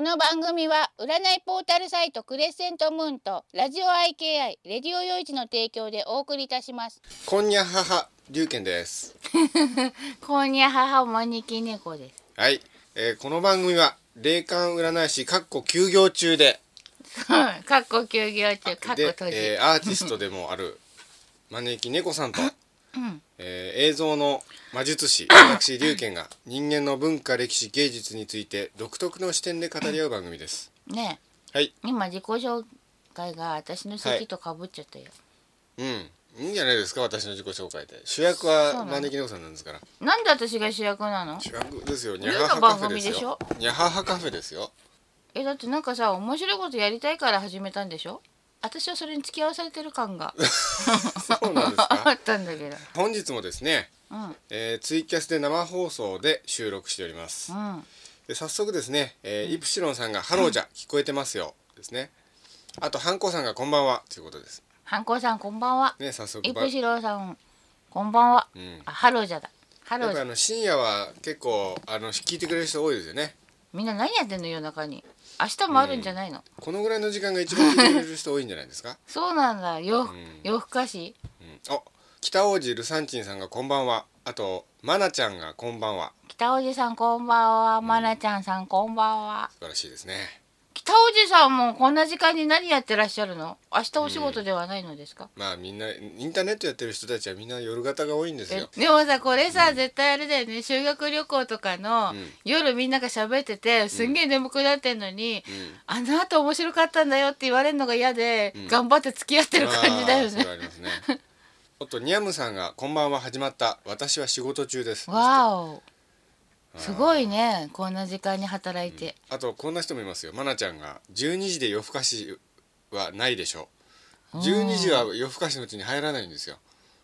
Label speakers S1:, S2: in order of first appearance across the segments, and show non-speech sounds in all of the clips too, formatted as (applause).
S1: の番組は占いポータルサイトクレッセントムーンとラジオ IKI レディオヨイチの提供でお送りいたします
S2: こんにゃ母龍賢です
S1: こんにゃ母招き猫で
S2: はい、えーこの番組は霊感占い師かっこ休業中です
S1: かっこ休業中かっこ
S2: で、
S1: 閉じ、
S2: えーアーティストでもある招き猫さんと、
S1: ん
S2: えー映像の魔術師私龍賢が人間の文化歴史芸術について独特の視点で語り合う番組です
S1: ね
S2: はい
S1: え今自己紹介が私の席とかぶっちゃったよ、
S2: うんいいんじゃないですか私の自己紹介で主役
S1: そうな
S2: は
S1: の
S2: 招き猫さんなんですから
S1: なんで私が主役なの
S2: 主役ですよに
S1: 龍
S2: ゃは
S1: の
S2: はカ
S1: 番
S2: フェで
S1: 組
S2: す
S1: でし
S2: よ
S1: ょ
S2: にゃははカフェですよ
S1: えだってなんかさ面白いことやりたいから始めたんでしょ私はそれに付き合わされてる感が (laughs)
S2: そうなんです
S1: あ
S2: か
S1: ったんだけど
S2: 本日もですね
S1: うんうん
S2: えーツイキャスで生放送で収録しております。で早速ですね、えーイプシロンさんが「ハローじゃ聞こえてますよ」ですね。あとハンコさんが「こんばんは」ということです。
S1: ハンコさんこんばんは
S2: ね早速
S1: イ
S2: ば
S1: プシローさんこんばんは、
S2: うん、
S1: あハローじゃだハロ
S2: や
S1: ー
S2: っぱ
S1: じ
S2: りあ
S1: ゃ
S2: の深夜は結構あの聞いてくれる人多いですよね。
S1: みんな何やってんの夜中に明日もあるんじゃないの、
S2: このぐらいの時間が一番聞いてくれる人多いんじゃないです
S1: (laughs)
S2: か。
S1: そうなんだ夜,、
S2: ん
S1: 夜更かし
S2: うん、あ北王子ルサンチンさんが「こんばんは」あとマナちゃんが「こんばんは
S1: 北おじさんこんばんはまなちゃんさんこんばんは」
S2: 素晴らしいですね。
S1: 北おじさんもこんな時間に何やってらっしゃるの明日お仕事ではないのですか、
S2: まあみんなインターネットやってる人たちはみんな夜型が多いんです
S1: え
S2: よ。
S1: でもさこれさ、絶対あれだよね修学旅行とかの、
S2: ん
S1: 夜みんなが喋っててすんげえ眠くなってんのに、
S2: うん
S1: あの後面白かったんだよって言われるのが嫌で、頑張って付き合ってる感じだよ
S2: あーそれ
S1: ね。
S2: ありますね。おっとニャムさんがこんばんは始まった。私は仕事中です。
S1: わおすごいねこんな時間に働いて、
S2: あとこんな人もいますよ。マナちゃんが12時で夜更かしはないでしょう。12時は夜更かしのうちに入らないんですよ。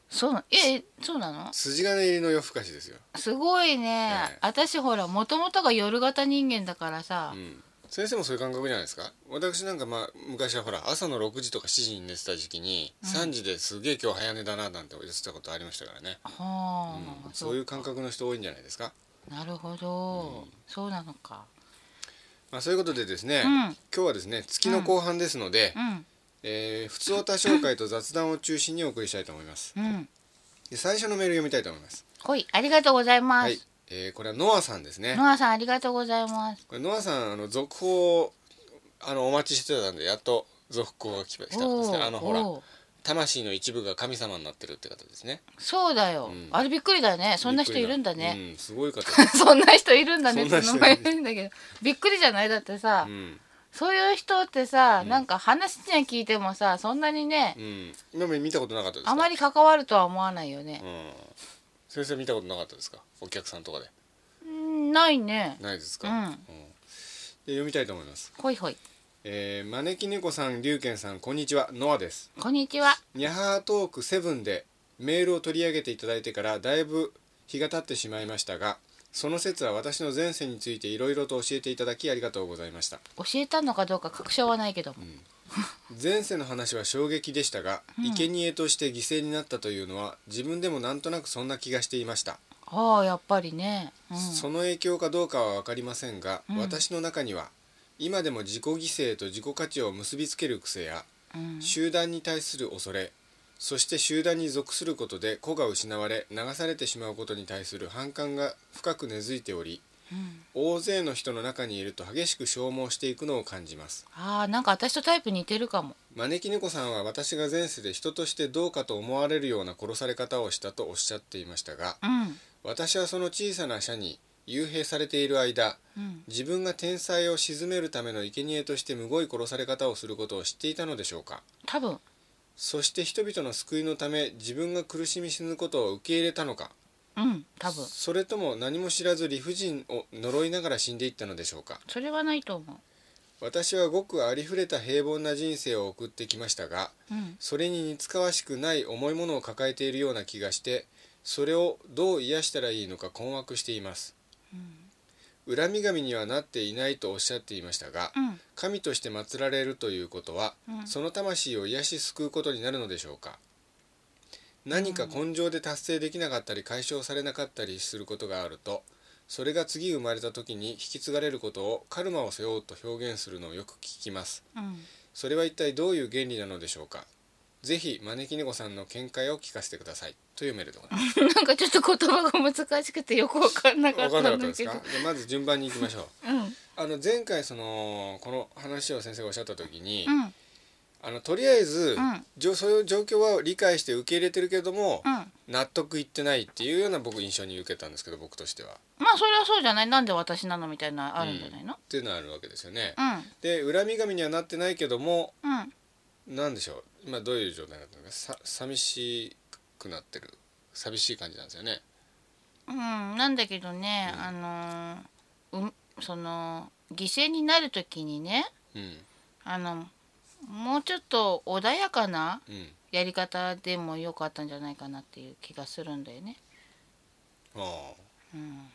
S1: そうなえそうなの
S2: 筋金入りの夜更かしですよ。
S1: すごいね、
S2: ええ
S1: 私ほらもともとが夜型人間だからさ
S2: う、ん。先生もそういう感覚じゃないですか私なんかまあ昔はほら朝の6時とか7時に寝てた時期に3時ですげえ今日早寝だななんて言ってたことありましたからね、
S1: はあ、
S2: うん、そういう感覚の人多いんじゃないですか、
S1: なるほど、そうなのか
S2: まあ、そういうことでですね、
S1: うん
S2: 今日はですね月の後半ですので、
S1: うん
S2: えー、普通歌紹介と雑談を中心にお送りしたいと思います
S1: うん
S2: で最初のメール読みたいと思います
S1: ほいありがとうございます、
S2: はい、えー、これはノアさんですね
S1: ノアさんありがとうございます。
S2: これノアさんあの続報をあのお待ちしてたんでやっと続報が来た来たんですねあのほら
S1: おー
S2: 魂の一部が神様になってるって方ですね
S1: そうだよ、
S2: うん
S1: あれびっくりだよね。そんな人
S2: びっ
S1: い
S2: くり
S1: るんだね。
S2: うんすごい方
S1: (laughs) そんな人いるんだね。
S2: そんな人
S1: その前に言うんだけど、びっくりじゃないだってさ、
S2: うん、
S1: そういう人ってさ、なんか話には聞いてもさ、そんなにね、
S2: うん、今まで見たことなかったですか
S1: あま
S2: り、
S1: り関わるとは思わないよね
S2: う。ん、先生見たことなかったですかお客さんとかで
S1: うん、ないね。
S2: ないですか、
S1: うん
S2: で読みたいと思います、
S1: ほいほい。
S2: えー、招き猫さん龍賢さんこんにちはノアです
S1: こんにちは。
S2: ニャハートーク7でメールを取り上げていただいてからだいぶ日が経ってしまいましたがその説は私の前世についていろいろと教えていただきありがとうございました
S1: 教えたのかどうか確証はないけども。
S2: 前世の話は衝撃でしたが、生贄として犠牲になったというのは自分でもなんとなくそんな気がしていました、
S1: ああ、やっぱりね。うん。
S2: その影響かどうかは分かりませんが、私の中には今でも自己犠牲と自己価値を結びつける癖や
S1: うん
S2: 集団に対する恐れそして集団に属することで子が失われ流されてしまうことに対する反感が深く根付いており、大勢の人の中にいると激しく消耗していくのを感じます
S1: ああ、なんか私とタイプ似てるかも。
S2: 招き猫さんは私が前世で人としてどうかと思われるような殺され方をしたとおっしゃっていましたが
S1: うん。
S2: 私はその小さな社に幽閉されている間
S1: うん。
S2: 自分が天才を鎮めるための生贄としてむごい殺され方をすることを知っていたのでしょうか
S1: 多分。
S2: そして人々の救いのため自分が苦しみ死ぬことを受け入れたのか
S1: うん。多分。
S2: それとも何も知らず理不尽を呪いながら死んでいったのでしょうか
S1: それはないと思
S2: 私はごくありふれた平凡な人生を送ってきましたが
S1: う。うん。
S2: それに似つかわしくない重いものを抱えているような気がしてそれをどう癒したらいいのか困惑しています、恨み神にはなっていないとおっしゃっていましたが、
S1: うん。
S2: 神として祀られるということは、その魂を癒し救うことになるのでしょうか何か根性で達成できなかったり解消されなかったりすることがあるとそれが次生まれた時に引き継がれることをカルマを背負うと表現するのをよく聞きます
S1: うん (laughs)
S2: それは一体どういう原理なのでしょうかぜひ招き猫さんの見解を聞かせてくださいというメールでございます
S1: なんかちょっと言葉が難しくてよくわかんなかっ
S2: 分か
S1: たん
S2: んなかった
S1: だ
S2: です
S1: けど
S2: かじゃあまず順番に行きましょう
S1: うん
S2: あの前回そのこの話を先生がおっしゃった時に、
S1: うん
S2: あのとりあえず、
S1: うん
S2: じょそういう状況は理解して受け入れてるけれども、
S1: うん
S2: 納得いってないっていうような僕印象に受けたんですけど僕としては。
S1: まあそれはそうじゃないなんで私なのみたいなあるんじゃないの
S2: っ、ていうのはあるわけですよね。
S1: うん、
S2: で恨み神にはなってないけども
S1: うん
S2: なんでしょう今どういう状態になってるのかさ寂しくなってる寂しい感じなんですよね。
S1: うんなんだけどね、
S2: うん
S1: あのーうんその犠牲になる時にね
S2: うん
S1: あのもうちょっと穏やかな
S2: うん
S1: やり方でもよかったんじゃないかなっていう気がするんだよね。
S2: ああ
S1: うん、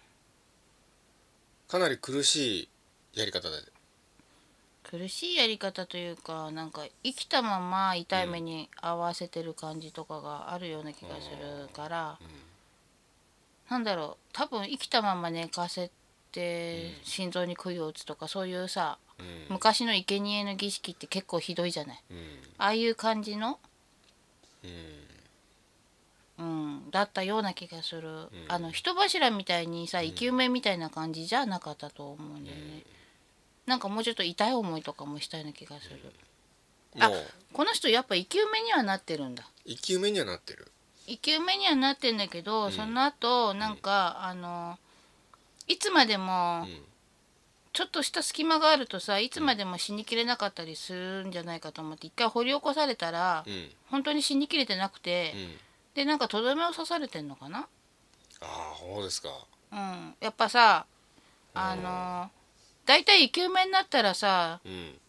S2: かなり苦しいやり方で。
S1: 苦しいやり方というかなんか生きたまま痛い目に合わせてる感じとかがあるような気がするから、なんだろう多分生きたまま寝かせて
S2: うん
S1: 心臓に杭を打つとかそういうさ
S2: うんうん
S1: 昔の生贄の儀式って結構ひどいじゃない。
S2: うん
S1: ああいう感じの、
S2: うん
S1: うん、だったような気がする、
S2: ん
S1: あの人柱みたいにさ生き埋めみたいな感じじゃなかったと思うんだよね、なんかもうちょっと痛い思いとかもしたような気がする、あ
S2: もう
S1: この人やっぱ生き埋めにはなってるんだ
S2: 生き埋めにはなってる。
S1: 生き埋めにはなってんだけど、
S2: ん
S1: その後なんか、あのいつまで
S2: う
S1: も
S2: ん
S1: ちょっとした隙間があるとさいつまでも死にきれなかったりするんじゃないかと思って一回掘り起こされたら、
S2: うん
S1: 本当に死にきれてなくて、
S2: うん
S1: でなんかとどめを刺されてんのかな
S2: ああそうですか。
S1: うん、やっぱさあの大体生き埋めになったらさ
S2: うん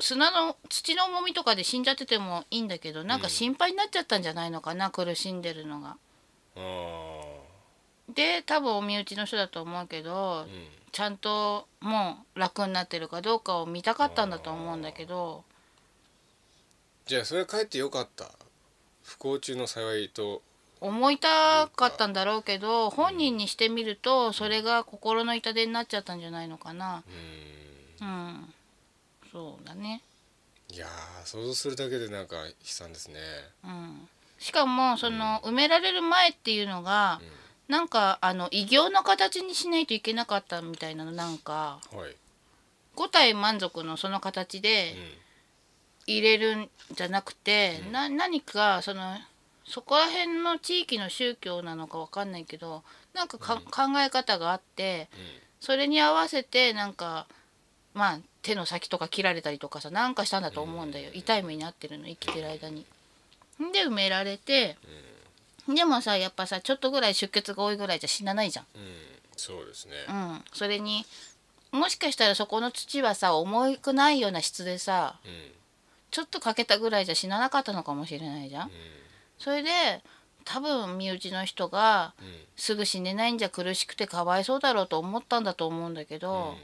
S1: 砂の土の重みとかで死んじゃっててもいいんだけどなんか心配になっちゃったんじゃないのかな、苦しんでるのが。
S2: ああ
S1: で多分お身内の人だと思うけど、
S2: うん。
S1: ちゃんともう楽になってるかどうかを見たかったんだと思うんだけど
S2: じゃあそれは帰ってよかった不幸中の幸いと
S1: 思いたかったんだろうけど本人にしてみるとそれが心の痛手になっちゃったんじゃないのかな。
S2: う
S1: う
S2: ー
S1: ん、そうだね
S2: んいやー想像するだけでなんか悲惨ですね
S1: うんしかもその、埋められる前っていうのが、なんかあの異形の形にしないといけなかったみたいなのなんか
S2: はい、
S1: 五体満足のその形で入れるんじゃなくて、な何かそのそこら辺の地域の宗教なのかわかんないけどなんかか考え方があってそれに合わせてなんかまあ手の先とか切られたりとかさなんかしたんだと思うんだよ痛い目に遭ってるの生きてる間に。んで埋められてでもさやっぱさちょっとぐらい出血が多いぐらいじゃ死なないじゃん。
S2: うんうん、うん、そうですね
S1: うん、それにもしかしたらそこの土はさ重くないような質でさ
S2: うん
S1: ちょっと欠けたぐらいじゃ死ななかったのかもしれないじゃん。それで多分身内の人が
S2: うんうん
S1: すぐ死ねないんじゃ苦しくてかわいそうだろうと思ったんだと思うんだけど、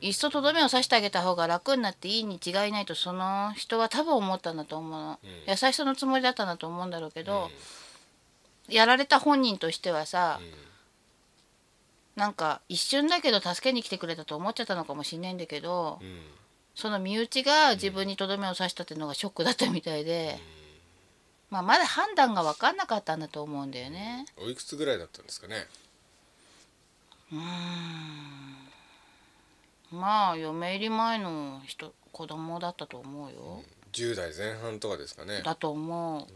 S1: いっそとどめを刺してあげた方が楽になっていいに違いないとその人は多分思ったんだと思うの、
S2: うん
S1: 優しさのつもりだったんだと思うんだろうけど、やられた本人としてはさ、
S2: うん
S1: なんか一瞬だけど助けに来てくれたと思っちゃったのかもしれないんだけど、
S2: うんうん
S1: その身内が自分にとどめを刺したっていうのがショックだったみたいで、まあ、まだ判断が分かんなかったんだと思うんだよね。
S2: おいくつぐらいだったんですかね
S1: うーんまあ嫁入り前の人子供だったと思うよ、
S2: 10代前半とかですかね
S1: だと思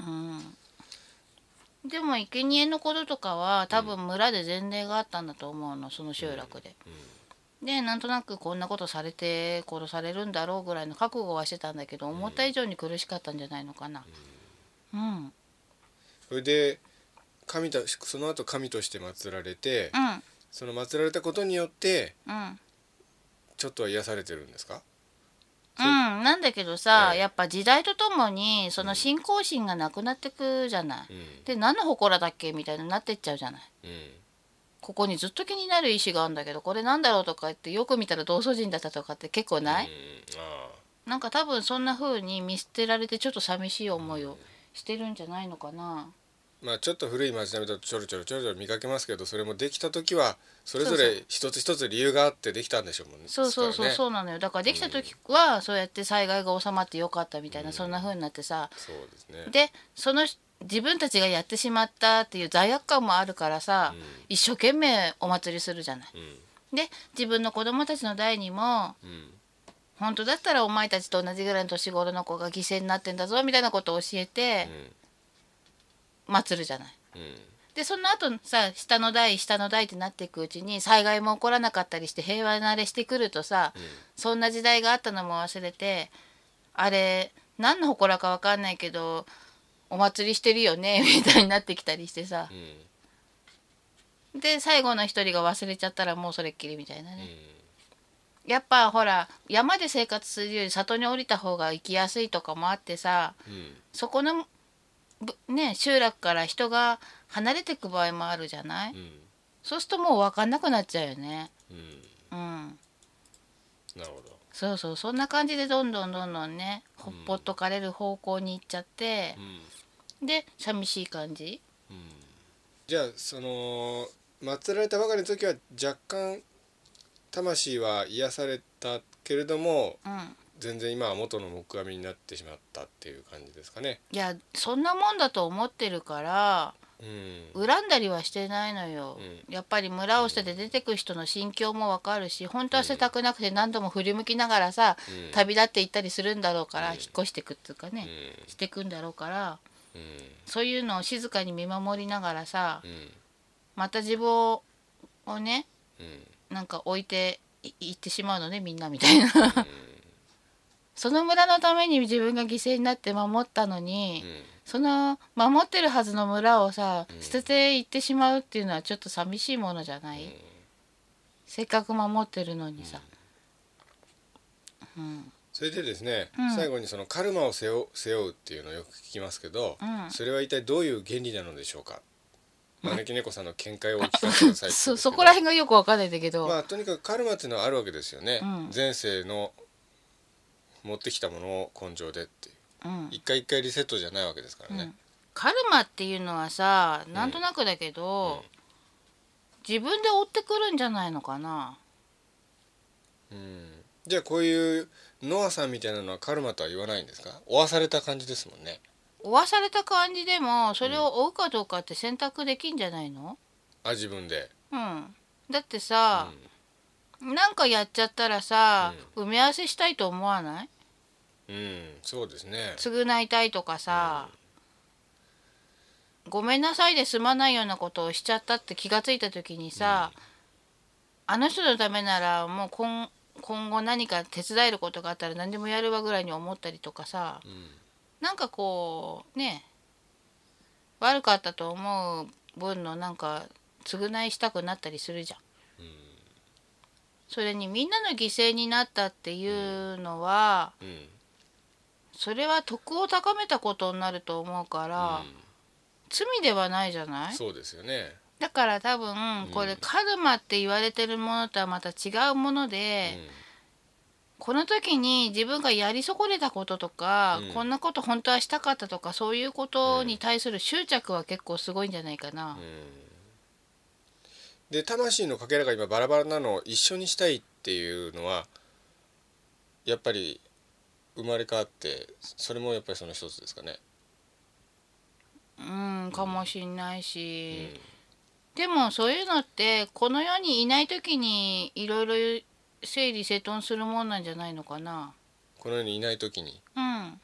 S1: う、うん、でも生贄のこととかは多分村で前例があったんだと思うのその集落で、でなんとなくこんなことされて殺されるんだろうぐらいの覚悟はしてたんだけど思った以上に苦しかったんじゃないのかなうんうん、
S2: それで神とその後神として祀られてその祀られたことによって
S1: うん
S2: ちょっとは癒されてるんですか
S1: うん、なんだけどさ、
S2: ええ
S1: やっぱ時代とともにその信仰心がなくなってくじゃない。
S2: うん
S1: で何の祠だっけみたいになってっちゃうじゃない。
S2: うん
S1: ここにずっと気になる石があるんだけどこれなんだろうとか言ってよく見たら同祖人だったとかって結構ない、
S2: うんあ
S1: なんか多分そんな風に見捨てられてちょっと寂しい思いをしてるんじゃないのかな。
S2: まあちょっと古い町並みだとちょろちょろちょろちょろ見かけますけどそれもできた時はそれぞ
S1: そうそ
S2: れ一つ一つ理由があってできたんでしょうもんね
S1: そうそうそう
S2: ですか
S1: そうなのよだからできた時はそうやって災害が収まってよかったみたいな、そんな風になってさ
S2: らねそうですね
S1: でその自分たちがやってしまったっていう罪悪感もあるからさ、
S2: うん
S1: 一生懸命お祭りするじゃない。
S2: う
S1: で自分の子供たちの代にも
S2: んうん
S1: 本当だったらお前たちと同じぐらいの年頃の子が犠牲になってんだぞみたいなことを教えて祭るじゃない。
S2: うんうん
S1: でその後さ下の代下の代ってなっていくうちに災害も起こらなかったりして平和慣れしてくるとさ、
S2: うん
S1: そんな時代があったのも忘れてあれ何の祠かわかんないけどお祭りしてるよねみたいになってきたりしてさ
S2: うんうん
S1: で最後の一人が忘れちゃったらもうそれっきりみたいなね、やっぱほら山で生活するより里に降りた方が行きやすいとかもあってさ
S2: うん
S1: そこのぶね集落から人が離れてく場合もあるじゃない、
S2: うん
S1: そうするともう分かんなくなっちゃうよね
S2: うん
S1: うん
S2: なるほど
S1: そうそうそんな感じでどんどんどんどんねほっ
S2: うん
S1: ぽっとかれる方向に行っちゃって
S2: う、ん
S1: で寂しい感じ
S2: うんじゃあその祀られたばかりの時は若干魂は癒されたけれども
S1: うん
S2: 全然今は元の木阿弥になってしまったっていう感じですかね。
S1: いやそんなもんだと思ってるから
S2: うん
S1: 恨んだりはしてないのよ、
S2: う
S1: やっぱり村を捨てて出てく人の心境もわかるし本当は捨てたくなくて何度も振り向きながらさ、
S2: うん
S1: 旅立って行ったりするんだろうから、
S2: うん
S1: 引っ越してくっていうかね、してくんだろうから
S2: うん
S1: そういうのを静かに見守りながらさ
S2: うんうん
S1: また自分をね
S2: うん
S1: なんか置いていいってしまうのねみんなみたいなその村のために自分が犠牲になって守ったのに、
S2: うん
S1: その守ってるはずの村をさ
S2: うん
S1: 捨てていってしまうっていうのはちょっと寂しいものじゃない、
S2: うん
S1: せっかく守ってるのにさ、うん
S2: それでですね、
S1: うん
S2: 最後にそのカルマを背負背負うっていうのをよく聞きますけど、
S1: うん
S2: それは一体どういう原理なのでしょうか招き猫さんの見解をお聞かせくださいってこと
S1: そ
S2: ですけ
S1: (laughs) そ
S2: ど
S1: こら辺がよくわかんないんだけど、
S2: まあとにかくカルマっていうのはあるわけですよね、
S1: うん
S2: 前世の持ってきたものを根性でってい
S1: う
S2: う
S1: ん
S2: 一回一回リセットじゃないわけですから
S1: う
S2: ね
S1: ん、カルマっていうのはさなんとなくだけど、自分で追ってくるんじゃないのかな
S2: うんじゃあこういうノアさんみたいなのはカルマとは言わないんですか追わされた感じですもんね
S1: 追わされた感じでもそれを追うかどうかって選択できんじゃないの
S2: あ自分で
S1: うんだってさ、なんかやっちゃったらさ、埋め合わせしたいと思わない
S2: うん、うんそうですね
S1: 償いたいとかさ、ごめんなさいで済まないようなことをしちゃったって気がついた時にさ、あの人のためならもう今今後何か手伝えることがあったら何でもやるわぐらいに思ったりとかさ
S2: うん
S1: なんかこうね悪かったと思う分のなんか償いしたくなったりするじゃん。それにみんなの犠牲になったっていうのは、
S2: うん
S1: それは徳を高めたことになると思うから、罪ではないじゃ
S2: う、
S1: なんい
S2: そうですよね
S1: だから多分これ、
S2: うん
S1: カルマって言われてるものとはまた違うもので、この時に自分がやり損ねたこととか、
S2: うん
S1: こんなこと本当はしたかったとかそういうことに対する執着は結構すごいんじゃないかな
S2: うん、うんで魂のかけらが今バラバラなのを一緒にしたいっていうのはやっぱり生まれ変わってそれもやっぱりその一つですかね、
S1: うん、かもしんないし。
S2: うん
S1: でもそういうのってこの世にいない時にいろいろ整理整頓するもんなんじゃないのかな。
S2: この世にいない時に、
S1: うん、
S2: うん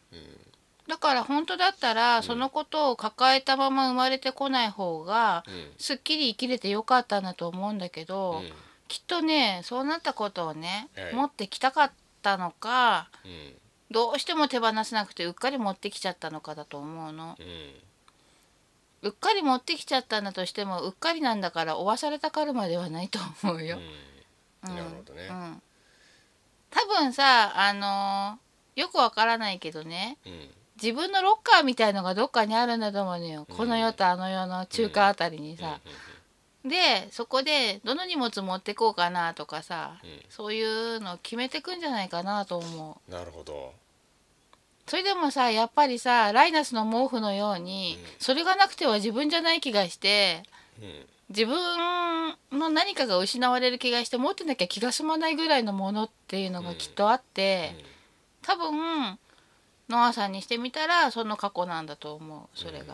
S1: だから本当だったらそのことを抱えたまま生まれてこない方が
S2: うん
S1: すっきり生きれてよかったんだと思うんだけど、
S2: うん
S1: きっとねそうなったことをね、
S2: はい
S1: 持ってきたかったのか
S2: うん
S1: どうしても手放せなくてうっかり持ってきちゃったのかだと思うの。
S2: うん
S1: うっかり持ってきちゃったんだとしてもうっかりなんだから追わされたカルマではないと思うよ。
S2: うんなるほどね
S1: うん多分さあのーよくわからないけどね
S2: うんうん
S1: 自分のロッカーみたいのがどっかにあるんだと思うのよ、この世とあの世の中間あたりにさ、でそこでどの荷物持ってこうかなとかさ、
S2: うん
S1: そういうのを決めてくんじゃないかなと思う
S2: なるほど
S1: それでもさやっぱりさライナスの毛布のように、それがなくては自分じゃない気がして
S2: うん
S1: 自分の何かが失われる気がして持ってなきゃ気が済まないぐらいのものっていうのがきっとあって、多分ノアさんにしてみたらその過去なんだと思うそれが。
S2: うん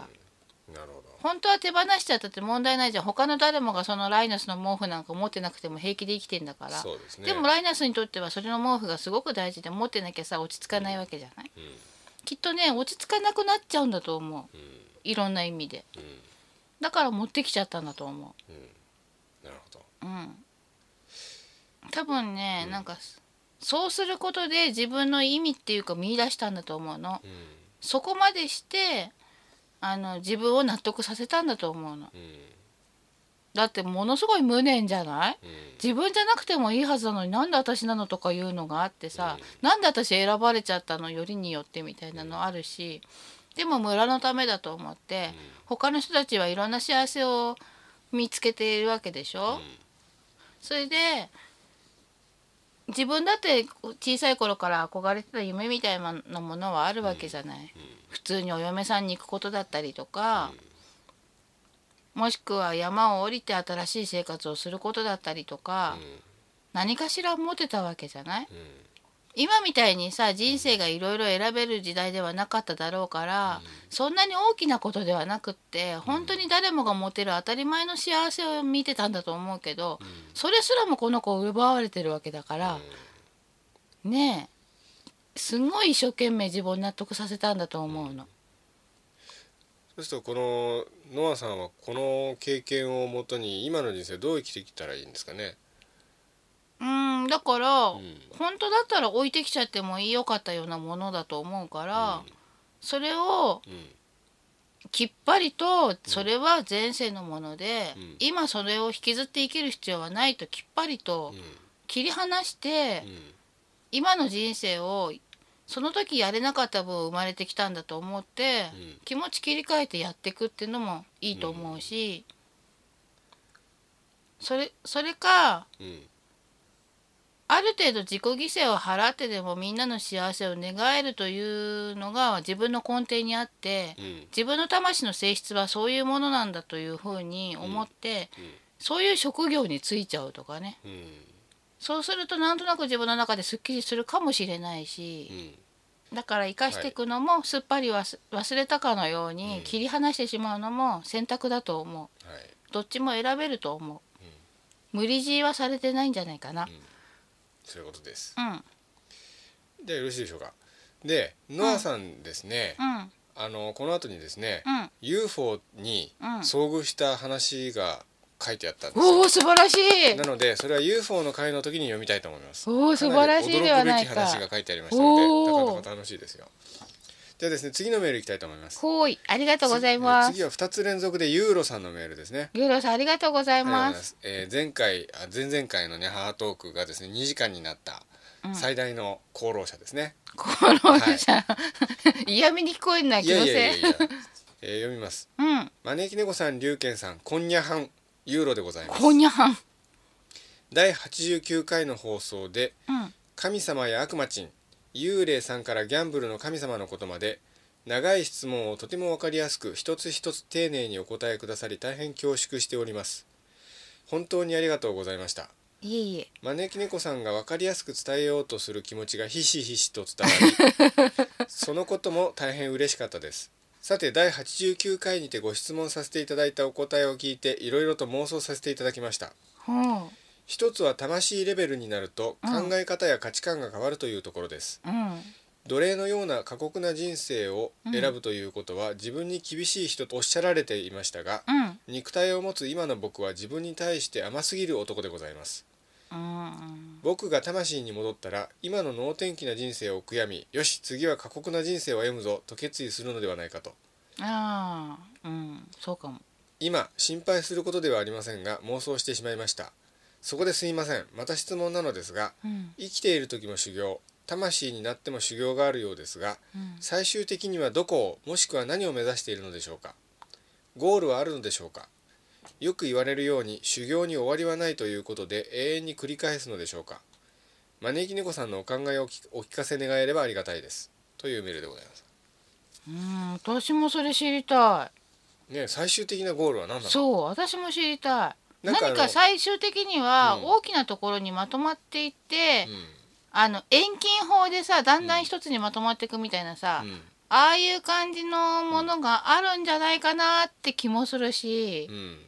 S2: なるほど
S1: 本当は手放しちゃったって問題ないじゃん他の誰もがそのライナスの毛布なんか持ってなくても平気で生きてんだから
S2: そうですね
S1: でもライナスにとってはそれの毛布がすごく大事で持ってなきゃさ落ち着かないわけじゃない、
S2: うん
S1: きっとね落ち着かなくなっちゃうんだと思う
S2: うん
S1: いろんな意味で
S2: うん
S1: だから持ってきちゃったんだと思
S2: なるほど
S1: ううん多分ね、なんかそうすることで自分の意味っていうか見出したんだと思うの
S2: うん
S1: そこまでしてあの自分を納得させたんだと思うの
S2: うん
S1: だってものすごい無念じゃない
S2: うん
S1: 自分じゃなくてもいいはずなのになんで私なのとかいうのがあってさ、なんで私選ばれちゃったのよりによってみたいなのあるしでも村のためだと思って、他の人たちはいろんな幸せを見つけているわけでしょ、それで自分だって小さい頃から憧れてた夢みたいなものはあるわけじゃない、普通にお嫁さんに行くことだったりとか、もしくは山を降りて新しい生活をすることだったりとか、何かしら持てたわけじゃない、今みたいにさ人生がいろいろ選べる時代ではなかっただろうから、そんなに大きなことではなくって本当に誰もが持てる当たり前の幸せを見てたんだと思うけど、それすらもこの子奪われてるわけだから、ねえすごい一生懸命自分を納得させたんだと思うの。
S2: そうするとこのノアさんはこの経験をもとに今の人生どう生きてきたらいいんですかね
S1: うんだから、
S2: ん
S1: 本当だったら置いてきちゃってもいいよかったようなものだと思うから、それを
S2: うん
S1: きっぱりとそれは前世のもので、
S2: うん
S1: 今それを引きずって生きる必要はないときっぱりと
S2: うん
S1: 切り離して、
S2: うん
S1: 今の人生をその時やれなかった分生まれてきたんだと思って、
S2: うん
S1: 気持ち切り替えてやっていくっていうのもいいと思うし、それそれか
S2: うん
S1: ある程度自己犠牲を払ってでもみんなの幸せを願えるというのが自分の根底にあって
S2: うん
S1: 自分の魂の性質はそういうものなんだというふうに思って、
S2: うんうん
S1: そういう職業に就いちゃうとかね
S2: うん
S1: そうするとなんとなく自分の中ですっきりするかもしれないし、
S2: うん
S1: だから生かしていくのもすっぱり忘忘れたかのように
S2: うん
S1: 切り離してしまうのも選択だと思
S2: はい。
S1: うどっちも選べると思う、無理強いはされてないんじゃないかな
S2: そういうことです。
S1: うんうん、
S2: でよろしいでしょうか。でノアさんですね、
S1: うん
S2: あのこの後にですね、
S1: うん
S2: UFO に
S1: うん
S2: 遭遇した話が書いてあったんです
S1: お
S2: よ。
S1: お素晴らしい
S2: なのでそれは UFO の回の時に読みたいと思います。
S1: おお素晴らしいではない
S2: かな
S1: か
S2: り驚くべき話が書いてありましたの
S1: お
S2: で
S1: ー
S2: なかなか楽しいですよ。ではですね次のメールいきたいと思います。
S1: ほーいありがとうございま
S2: 次
S1: す
S2: は二つ連続でユーロさんのメールですね。
S1: ユーロさんありがとうござい
S2: ありが
S1: ま
S2: とうございますす。えー前回あ前々回のね母トークがですね2時間になった最大の功労者ですね。
S1: このさん (laughs) 嫌味に聞こえんない
S2: い
S1: 気
S2: や
S1: の
S2: いやい
S1: せ
S2: や
S1: い
S2: いや、えー読みます。
S1: うん
S2: 招き猫さん、龍賢さん、こんにゃはん、ユーロでございます。
S1: こんにゃはん
S2: 第89回の放送で、
S1: うん
S2: 神様や悪魔ちん、幽霊さんからギャンブルの神様のことまで、長い質問をとてもわかりやすく、一つ一つ丁寧にお答えくださり、大変恐縮しております。本当にありがとうございました。
S1: いえいえ
S2: 招き猫さんが分かりやすく伝えようとする気持ちがひしひしと伝わりそのことも大変嬉しかったですさて第89回にてご質問させていただいたお答えを聞いていろいろと妄想させていただきました
S1: ほう
S2: 一つは魂レベルになると
S1: うん
S2: 考え方や価値観が変わるというところです、
S1: うん
S2: 奴隷のような過酷な人生を選ぶということは自分に厳しい人とおっしゃられていましたが
S1: うん
S2: 肉体を持つ今の僕は自分に対して甘すぎる男でございます
S1: うん
S2: 僕が魂に戻ったら今の能天気な人生を悔やみよし次は過酷な人生を歩むぞと決意するのではないかと
S1: ああうんそうかも
S2: 今心配することではありませんが妄想してしまいましたそこですいませんまた質問なのですが
S1: うん
S2: 生きている時も修行魂になっても修行があるようですが
S1: うん
S2: 最終的にはどこをもしくは何を目指しているのでしょうかゴールはあるのでしょうかよく言われるように修行に終わりはないということで永遠に繰り返すのでしょうか招き猫さんのお考えをお聞お聞かせ願えればありがたいですというメールでございます
S1: うん私もそれ知りた
S2: ね最終的なゴールは何
S1: い
S2: なの
S1: そう私も知りたい
S2: なんかあ
S1: 何
S2: の
S1: か最終的には
S2: うん
S1: 大きなところにまとまっていって、
S2: うん
S1: あの遠近法でさだんだん一つにまとまっていくみたいなさ、
S2: うん
S1: ああいう感じのものがあるんじゃないかなって気もするし
S2: う、ん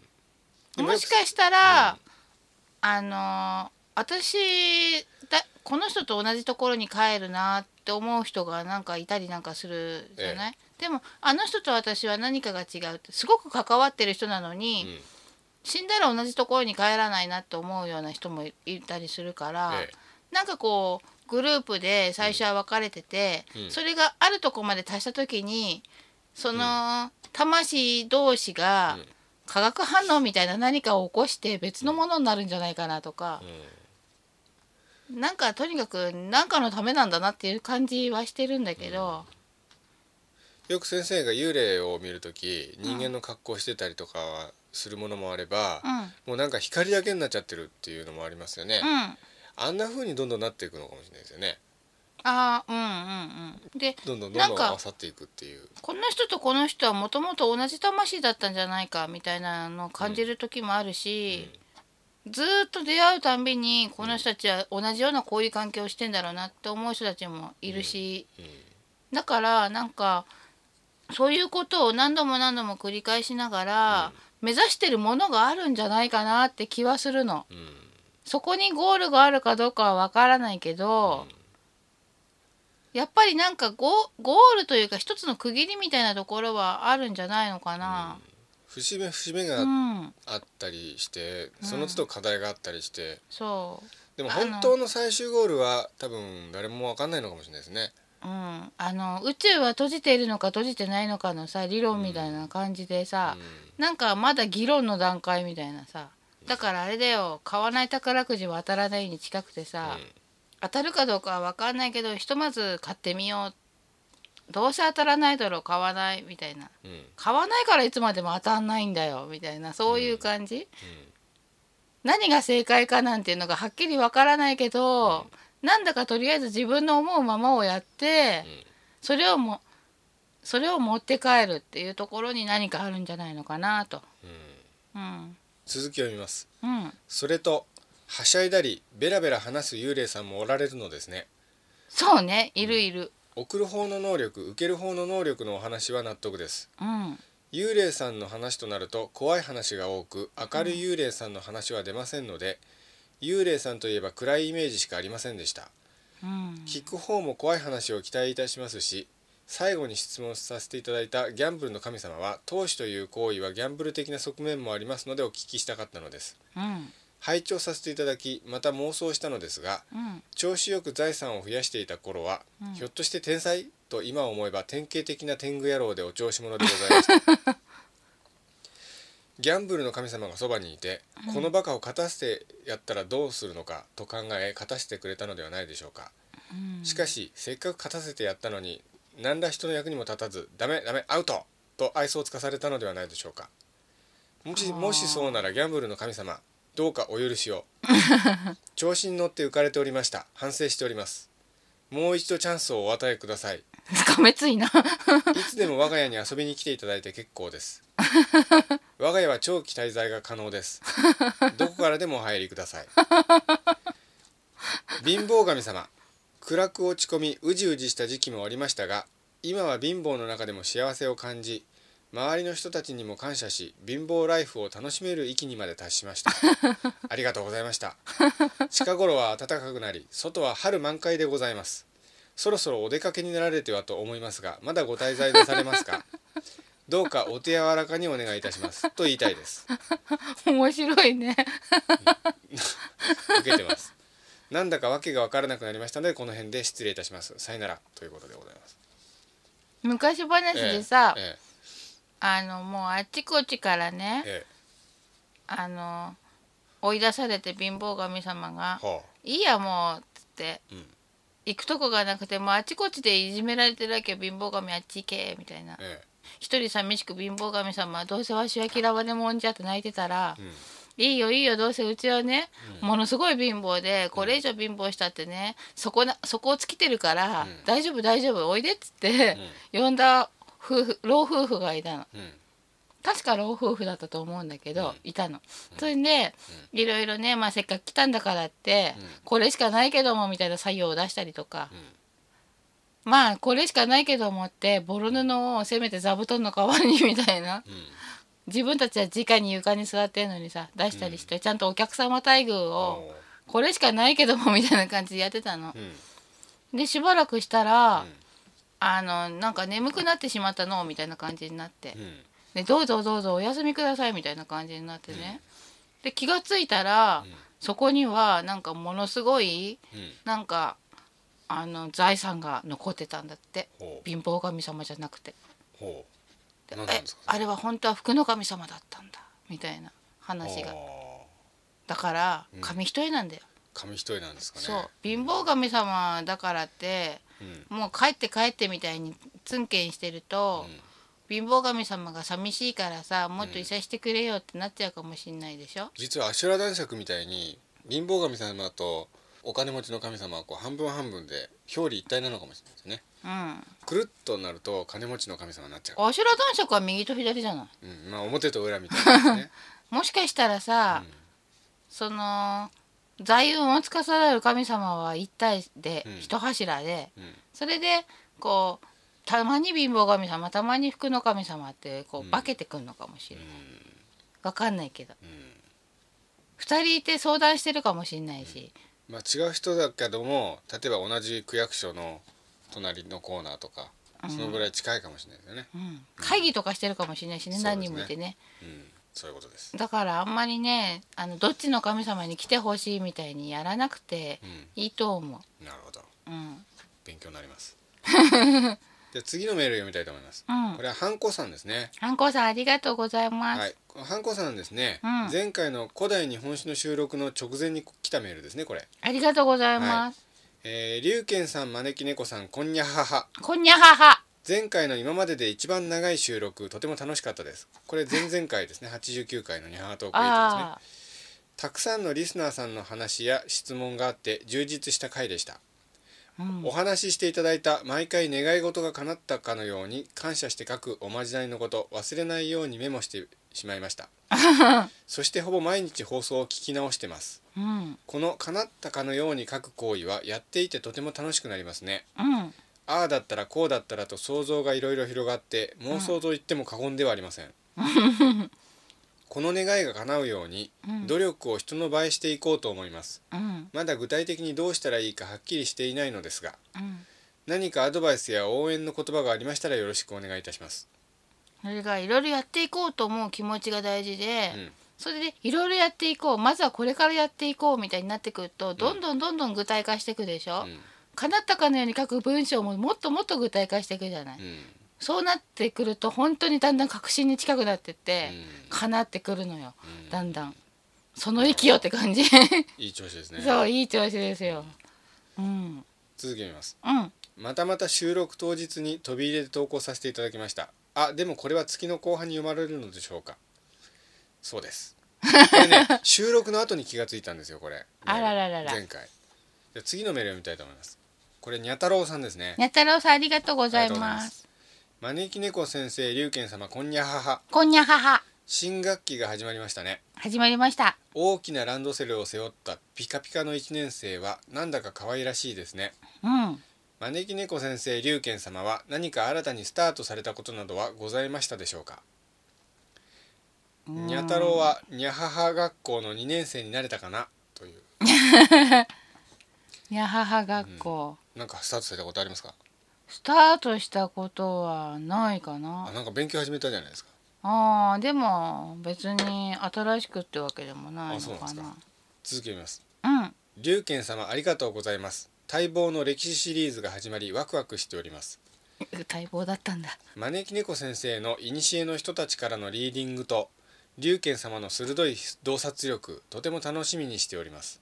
S2: で
S1: もしかしたら、あの私だこの人と同じところに帰るなって思う人がなんかいたりなんかするじゃない、でもあの人と私は何かが違うってすごく関わってる人なのに、
S2: うん
S1: 死んだら同じところに帰らないなって思うような人もいいたりするから、
S2: ええ
S1: なんかこうグループで最初は別れてて、
S2: うんうん
S1: それがあるとこまで達した時にその、魂同士が
S2: うん
S1: 化学反応みたいな何かを起こして別のものになるんじゃないかなとか
S2: う、ん
S1: なんかとにかく何かのためなんだなっていう感じはしてるんだけど、
S2: よく先生が幽霊を見るとき人間の格好してたりとかはするものもあれば、
S1: うん、うん、
S2: もうなんか光だけになっちゃってるっていうのもありますよね、
S1: あ
S2: あんな風にどんどんなっていくのかもしれないですよね
S1: あーうんうんうんで
S2: どんどんどん
S1: な
S2: ど
S1: ん
S2: ん
S1: か
S2: 合わさっていくっていう
S1: この人とこの人はもともと同じ魂だったんじゃないかみたいなのを感じる時もあるし、ずーっと出会うたんびにこの人たちは同じようなこういう関係をしてんだろうなって思う人たちもいるし、
S2: うん
S1: だからなんかそういうことを何度も何度も繰り返しながら、目指してるものがあるんじゃないかなって気はするの。
S2: うん
S1: そこにゴールがあるかどうかは分からないけど、やっぱりなんかゴゴールというか一つの区切りみたいなところはあるんじゃないのかな。
S2: 節目節目
S1: う
S2: が
S1: ん、
S2: あったりして、その都度課題があったりして
S1: そ
S2: でも
S1: あの
S2: 本当の最終ゴールは多分誰もわかんないのかもしれないですね
S1: う、うん、あの宇宙は閉じているのか閉じてないのかのさ理論みたいな感じでさ、なんかまだ議論の段階みたいなさだからあれだよ買わない宝くじは当たらないに近くてさ、
S2: うん
S1: 当たるかどうかは分かんないけどひとまず買ってみようどうせ当たらないだろう買わないみたいな
S2: うん、うん
S1: 買わないからいつまでも当たんないんだよみたいなそういう感じ、何が正解かなんていうのがはっきりわからないけど、なんだかとりあえず自分の思うままをやって、
S2: ん
S1: それをもそれを持って帰るっていうところに何かあるんじゃないのかなと。うん、
S2: 続きを見ます
S1: うん、
S2: それとはしゃいだりベラベラ話す幽霊さんもおられるのですね
S1: そうねいるいる。
S2: 送る方の能力受ける方の能力のお話は納得です
S1: うん、
S2: 幽霊さんの話となると怖い話が多く明るい幽霊さんの話は出ませんので、幽霊さんといえば暗いイメージしかありませんでした
S1: うん、
S2: 聞く方も怖い話を期待いたしますし最後に質問させていただいたギャンブルの神様は投資という行為はギャンブル的な側面もありますのでお聞きしたかったのです
S1: うん、
S2: 拝聴させていただきまた妄想したのですが
S1: うん、
S2: 調子よく財産を増やしていた頃は、ひょっとして天才と今思えば典型的な天狗野郎でお調子者でございましたギャンブルの神様がそばにいて、このバカを勝たせてやったらどうするのかと考え勝たせてくれたのではないでしょうか、しかしせっかく勝たせてやったのに何ら人の役にも立たずダメダメアウトと愛想をつかされたのではないでしょうかもしもしそうならギャンブルの神様どうかお許しを調子に乗って浮かれておりました反省しておりますもう一度チャンスをお与えくださいい
S1: かめついな。 (laughs)
S2: (laughs) つでも我が家に遊びに来ていただいて結構です我が家は長期滞在が可能ですどこからでもお入りください貧乏神様暗く落ち込みうじうじした時期もありましたが今は貧乏の中でも幸せを感じ周りの人たちにも感謝し貧乏ライフを楽しめる域にまで達しましたありがとうございました近頃は暖かくなり外は春満開でございますそろそろお出かけになられてはと思いますがまだご滞在なされま
S1: (laughs)
S2: すかどうかお手柔らかにお願いいたしますと言いたいです
S1: 面白いね。
S2: 受けてますなんだかわけが分からなくなりましたのでこの辺で失礼いたしますさよならということでございます
S1: 昔話でさ、
S2: え
S1: あのもうあっちこっちからね
S2: え、ええ
S1: あの追い出されて貧乏神様が
S2: は
S1: 「いいやもう」っつって、
S2: うん
S1: 行くとこがなくてもうあちこちでいじめられてるわけよ貧乏神あっち行けみたいな
S2: あ、え
S1: 一人寂しく貧乏神様はどうせわしは嫌われもんじゃって泣いてたら、
S2: えうん
S1: いいよいいよどうせうちはね、ものすごい貧乏でこれ以上貧乏したってねそこなそこを尽きてるから、
S2: ん
S1: 大丈夫大丈夫おいでっつって、呼んだ夫婦老夫婦がいたの
S2: うん
S1: 確か老夫婦だったと思うんだけど、いたのそれで、いろいろね、まあ、せっかく来たんだからって、
S2: うん
S1: これしかないけどもみたいな作業を出したりとか、まあこれしかないけどもってボロ布をせめて座布団の代わりにみたいな
S2: うん
S1: 自分たちは直に床に座ってんのにさ出したりして、ちゃんとお客様待遇をこれしかないけどもみたいな感じでやってたの
S2: う。ん
S1: でしばらくしたら、
S2: うん
S1: あのなんか眠くなってしまったのみたいな感じになって
S2: う、ん
S1: でどうぞどうぞお休みくださいみたいな感じになってね、で気がついたら、
S2: うん
S1: そこにはなんかものすごい
S2: うん
S1: なんかあの財産が残ってたんだって
S2: ほう
S1: 貧乏神様じゃなくて
S2: ほう
S1: で
S2: 何なん
S1: え
S2: ですか
S1: あれは本当は福の神様だったんだみたいな話が
S2: あー
S1: だから
S2: うん
S1: 紙一重なんだよ、
S2: 紙一重なんですかね
S1: そう貧乏神様だからって
S2: うん
S1: もう帰って帰ってみたいにツンケンしてると、
S2: うん
S1: 貧乏神様が寂しいからさもっといさしてくれよってなっちゃうかもしんないでしょ、
S2: 実は阿修羅男爵みたいに貧乏神様とお金持ちの神様はこう半分半分で表裏一体なのかもしれないですね
S1: うん
S2: くるっとなると金持ちの神様になっちゃ、
S1: (laughs) 阿修羅男爵は右と左じゃないう
S2: うん、まあ表と裏みたいなです
S1: (laughs)
S2: ね
S1: もしかしたらさ、
S2: うん
S1: その財運を司る神様は一体で、
S2: うん
S1: 一柱で
S2: うん
S1: それでこうたまに貧乏神様たまに福の神様ってこう、
S2: うん
S1: 化けてくるのかもしれないわかんないけど
S2: うんうん
S1: 二人いて相談してるかもしれないし、
S2: まあ、違う人だけども例えば同じ区役所の隣のコーナーとかそのぐらい近いかもしれないですよね、
S1: うん会議とかしてるかもしれないしね、
S2: そうですね
S1: 何人もいてね
S2: うん、そういうことです、
S1: だからあんまりねあのどっちの神様に来てほしいみたいにやらなくて
S2: う
S1: いいと思
S2: ん、なるほど
S1: う。うん、
S2: 勉強になります
S1: (laughs)
S2: じゃあ次のメール読みたいと思います、
S1: うん
S2: これはハンコさんですね
S1: あんこさんありがとうございます。
S2: はい、このハンコさんですね、
S1: うん
S2: 前回の古代日本史の収録の直前に来たメールですねこれ、
S1: ありがとうございます。
S2: えー、龍賢さん招き猫さんこんにゃはは
S1: こんにゃはは。
S2: 前回の今までで一番長い収録とても楽しかったですこれ前々回
S1: (laughs)
S2: ですね89回のにゃははトークエイトですね
S1: ああ
S2: たくさんのリスナーさんの話や質問があって充実した回でした、
S1: ー、うん、
S2: お話ししていただいた毎回願い事が叶ったかのように感謝して書くおまじないのこと忘れないようにメモしてしまいましたそしてほぼ毎日放送を聞き直してます
S1: うん、
S2: この叶ったかのように書く行為はやっていてとても楽しくなりますね
S1: うん、
S2: ああだったらこうだったらと想像がいろいろ広がって妄想と言っても過言ではありません、この願いが叶うように
S1: うん
S2: 努力を人の倍していこうと思います
S1: うん、
S2: まだ具体的にどうしたらいいかはっきりしていないのですが
S1: うん。
S2: 何かアドバイスや応援の言葉がありましたらよろしくお願いいたします、
S1: それがいろいろやっていこうと思う気持ちが大事で、
S2: うん
S1: それでいろいろやっていこうまずはこれからやっていこうみたいになってくるとどんどんどんどん具体化していくでしょ、
S2: うん
S1: 叶ったかのように書く文章ももっともっと具体化していくじゃない、
S2: うん
S1: そうなってくると本当にだんだん確信に近くなってって、
S2: うん
S1: 叶ってくるのよ、
S2: うん
S1: だんだんその息よって感じ
S2: いい調子ですね
S1: そういい調子ですようん
S2: 続けます
S1: うん
S2: またまた収録当日に飛び入れで投稿させていただきましたあでもこれは月の後半に読まれるのでしょうかそうです
S1: (laughs)
S2: これね収録の後に気がついたんですよこれ
S1: あらららら
S2: 前回じゃあ次のメールを見たいと思いますこれにゃ太郎さんですね
S1: にゃ太郎さんありがとうござい
S2: ありがとうござい
S1: ま
S2: ますす招き猫先生龍賢様こんにゃはは
S1: こんにゃはは
S2: 新学期が始まりましたね
S1: 始まりました
S2: 大きなランドセルを背負ったピカピカの1年生はなんだか可愛らしいですね
S1: うん
S2: 招き猫先生龍賢様は何か新たにスタートされたことなどはございましたでしょうかにゃ太郎はにゃはは学校の2年生になれたかなという
S1: にゃはは学校、
S2: なんかスタートされたことありますか
S1: スタートしたことはないか
S2: あ
S1: な
S2: なんか勉強始めたじゃないですか
S1: あーでも別に新しくってわけでもない
S2: あそう
S1: の
S2: なん
S1: か
S2: です
S1: な
S2: か続けます
S1: うん
S2: 龍賢様ありがとうございます待望の歴史シリーズが始まりワクワクしております
S1: 待望だったんだ
S2: 招き猫先生の古の人たちからのリーディングと龍賢様の鋭い洞察力とても楽しみにしております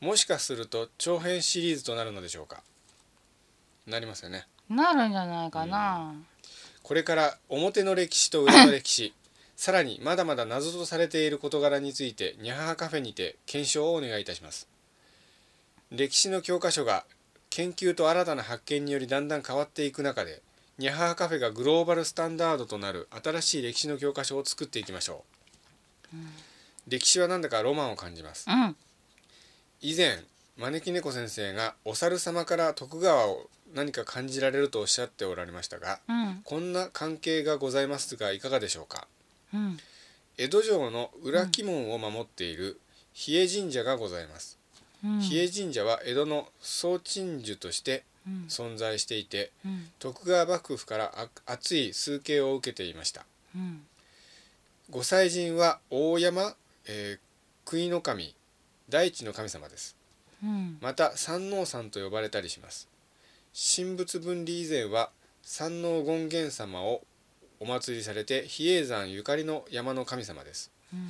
S2: もしかすると長編シリーズとなるのでしょうかなりますよね
S1: なるんじゃないかな
S2: これから表の歴史と裏の歴史 (laughs) さらにまだまだ謎とされている事柄についてニャハハカフェにて検証をお願いいたします歴史の教科書が研究と新たな発見によりだんだん変わっていく中でニャハハカフェがグローバルスタンダードとなる新しい歴史の教科書を作っていきましょう、歴史はなんだかロマンを感じます
S1: うん
S2: 以前招き猫先生がお猿様から徳川を何か感じられるとおっしゃっておられましたが
S1: うん
S2: こんな関係がございますがいかがでしょうか
S1: うん
S2: 江戸城の裏鬼門を守っている比叡神社がございます、
S1: うん
S2: 比叡神社は江戸の総鎮守として
S1: うん
S2: 存在していて
S1: うん
S2: 徳川幕府からあ熱い崇敬を受けていました
S1: うん
S2: 御祭神は大山、えー、杭の神大地の神様です
S1: うん
S2: また山王さんと呼ばれたりします神仏分離以前は山王権現様をお祭りされて比叡山ゆかりの山の神様です
S1: うん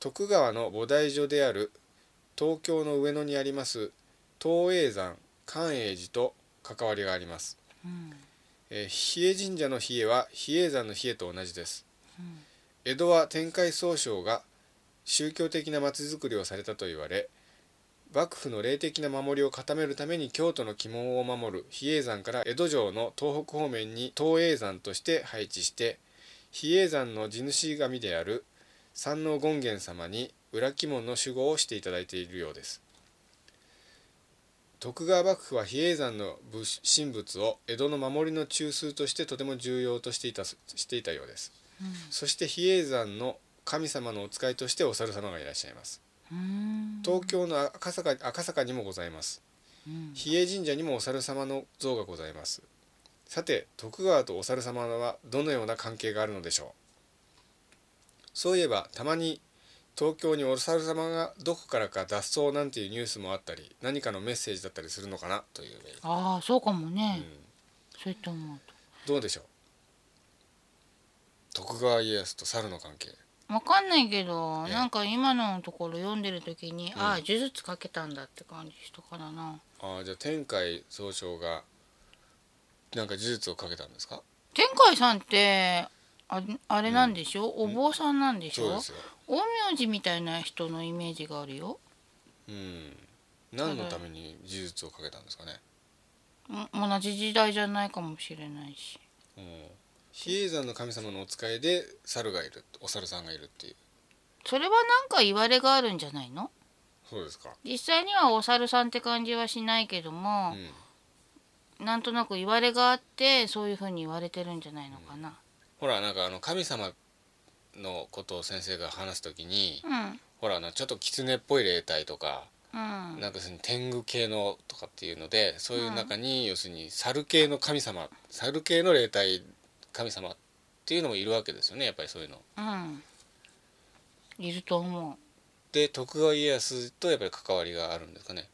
S2: 徳川の菩提所である東京の上野にあります東映山寛永寺と関わりがあります、
S1: うん
S2: えー比叡神社の比叡は比叡山の比叡と同じです、江戸は天海宗匠が宗教的な町づくりをされたと言われ幕府の霊的な守りを固めるために京都の鬼門を守る比叡山から江戸城の東北方面に東叡山として配置して比叡山の地主神である山王権現様に裏鬼門の守護をしていただいているようです徳川幕府は比叡山の武神仏を江戸の守りの中枢としてとても重要としていたしていたようです、そして比叡山の神様のお使いとしてお猿様がいらっしゃいます
S1: うん
S2: 東京の赤坂赤坂にもございます
S1: うん
S2: 比叡神社にもお猿様の像がございますさて徳川とお猿様はどのような関係があるのでしょうそういえばたまに東京にお猿様がどこからか脱走なんていうニュースもあったり何かのメッセージだったりするのかなというメール
S1: ああそうかもね、
S2: うん
S1: そうやって思う
S2: どうでしょう徳川家康と猿の関係
S1: とわかんないけど、
S2: ええ
S1: なんか今のところ読んでる時に、
S2: うん
S1: ああ呪術かけたんだって感じしたからな
S2: ああじゃあ天海総将がなんか呪術をかけたんですか
S1: 天海さんってあれあれなんでしょ、お坊さんなんでし
S2: そう
S1: ょ
S2: ですよ
S1: 陰陽師みたいな人のイメージがあるよ
S2: うん何のために呪術をかけたんですかね
S1: ん同じ時代じゃないかもしれないし
S2: うん比叡山の神様のお使いで猿がいるお猿さんがいるっていう
S1: それはなんか言われがあるんじゃないの
S2: そうですか
S1: 実際にはお猿さんって感じはしないけど
S2: う
S1: も、
S2: ん
S1: なんとなく言われがあってそういうふうに言われてるんじゃないのかな
S2: ほらなんかあの神様のことを先生が話すときに
S1: うんうん
S2: ほらあのちょっと狐っぽい霊体とか
S1: うん
S2: なんかその天狗系のとかっていうのでそういう中に要するに猿系の神様猿系の霊体神様っていうのもいるわけですよねやっぱりそういうの。
S1: いると思う
S2: で徳川家康とやっぱり関わりがあるんですかね。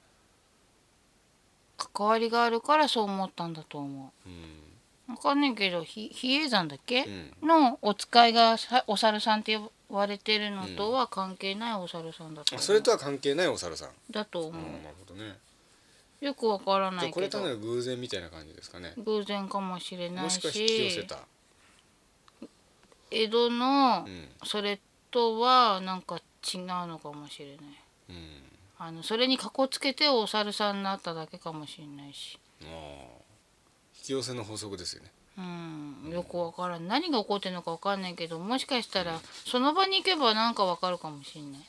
S1: 関わりがあるからそう思ったんだと思
S2: うん
S1: うわかんないけどひ比叡山だっけ、
S2: うん
S1: のお使いがさお猿さんって呼ばれてるのとは関係ないお猿さんだと
S2: あ
S1: 思う、
S2: それとは関係ないお猿さん。
S1: だと思
S2: う
S1: う、
S2: んなるほどね。
S1: よくわからな
S2: じゃあ
S1: い
S2: こ
S1: け
S2: れ単な
S1: ど
S2: る偶然みたいな感じですかね。
S1: 偶然かもしれな
S2: も
S1: いし
S2: しくは引き寄せた。
S1: 江戸の
S2: うん
S1: それとはなんか違うのかもしれない
S2: うん。
S1: あのそれにかこつけてお猿さんになっただけかもしれないし
S2: ああ引き寄せの法則ですよね。
S1: うんよくわからん何が起こってるのかわかんないけどもしかしたらその場に行けばなんかわかるかもしれない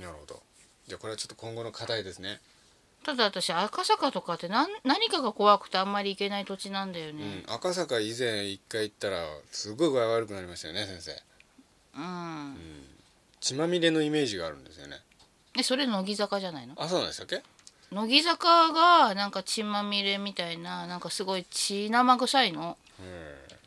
S2: なるほど。じゃあこれはちょっと今後の課題ですね。
S1: ただ私赤坂とかって何何かが怖くてあんまり行けない土地なんだよ
S2: う
S1: ね
S2: ん。赤坂以前一回行ったらすごい具合悪くなりましたよね先生。
S1: うん、
S2: 血まみれのイメージがあるんですよね。
S1: えそれ乃木坂じゃないの
S2: あそうなんでしたっけ？
S1: 乃木坂がなんか血まみれみたいななんかすごい血生臭いの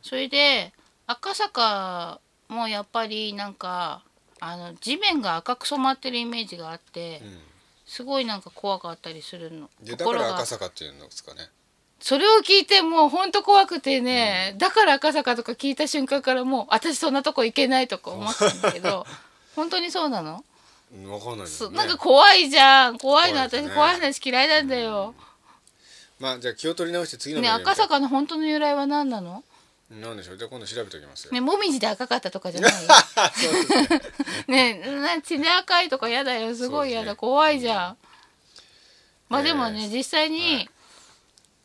S1: それで赤坂もやっぱりなんかあの地面が赤く染まってるイメージがあって
S2: うん。
S1: すごいなんか怖かったりするの
S2: で
S1: と
S2: だ
S1: こ
S2: か
S1: ろ
S2: ら
S1: が
S2: 赤坂っていうんですかね。
S1: それを聞いてもうほんと怖くてね、だから赤坂とか聞いた瞬間からもう私そんなとこ行けないとか思ったんだけ
S2: (laughs)
S1: ど本当にそうなの
S2: うんわかんないです
S1: そ
S2: ね。
S1: なんか怖いじゃん怖いの
S2: 怖いです
S1: 私
S2: ね
S1: 怖い話嫌いなんだよ、
S2: まあじゃあ気を取り直して次のメ
S1: ね
S2: ール
S1: 赤
S2: 読みた
S1: 坂
S2: い
S1: の本当の由来は何なの
S2: なんでしょうじゃあ今度調べておきますよ、
S1: ねもみじで赤かったとかじゃ
S2: (laughs)
S1: ないねな血で赤いとかやだよすごいや
S2: そうで
S1: だ、
S2: すね
S1: 怖いじゃんまあでもね、
S2: えー
S1: 実際に、
S2: はい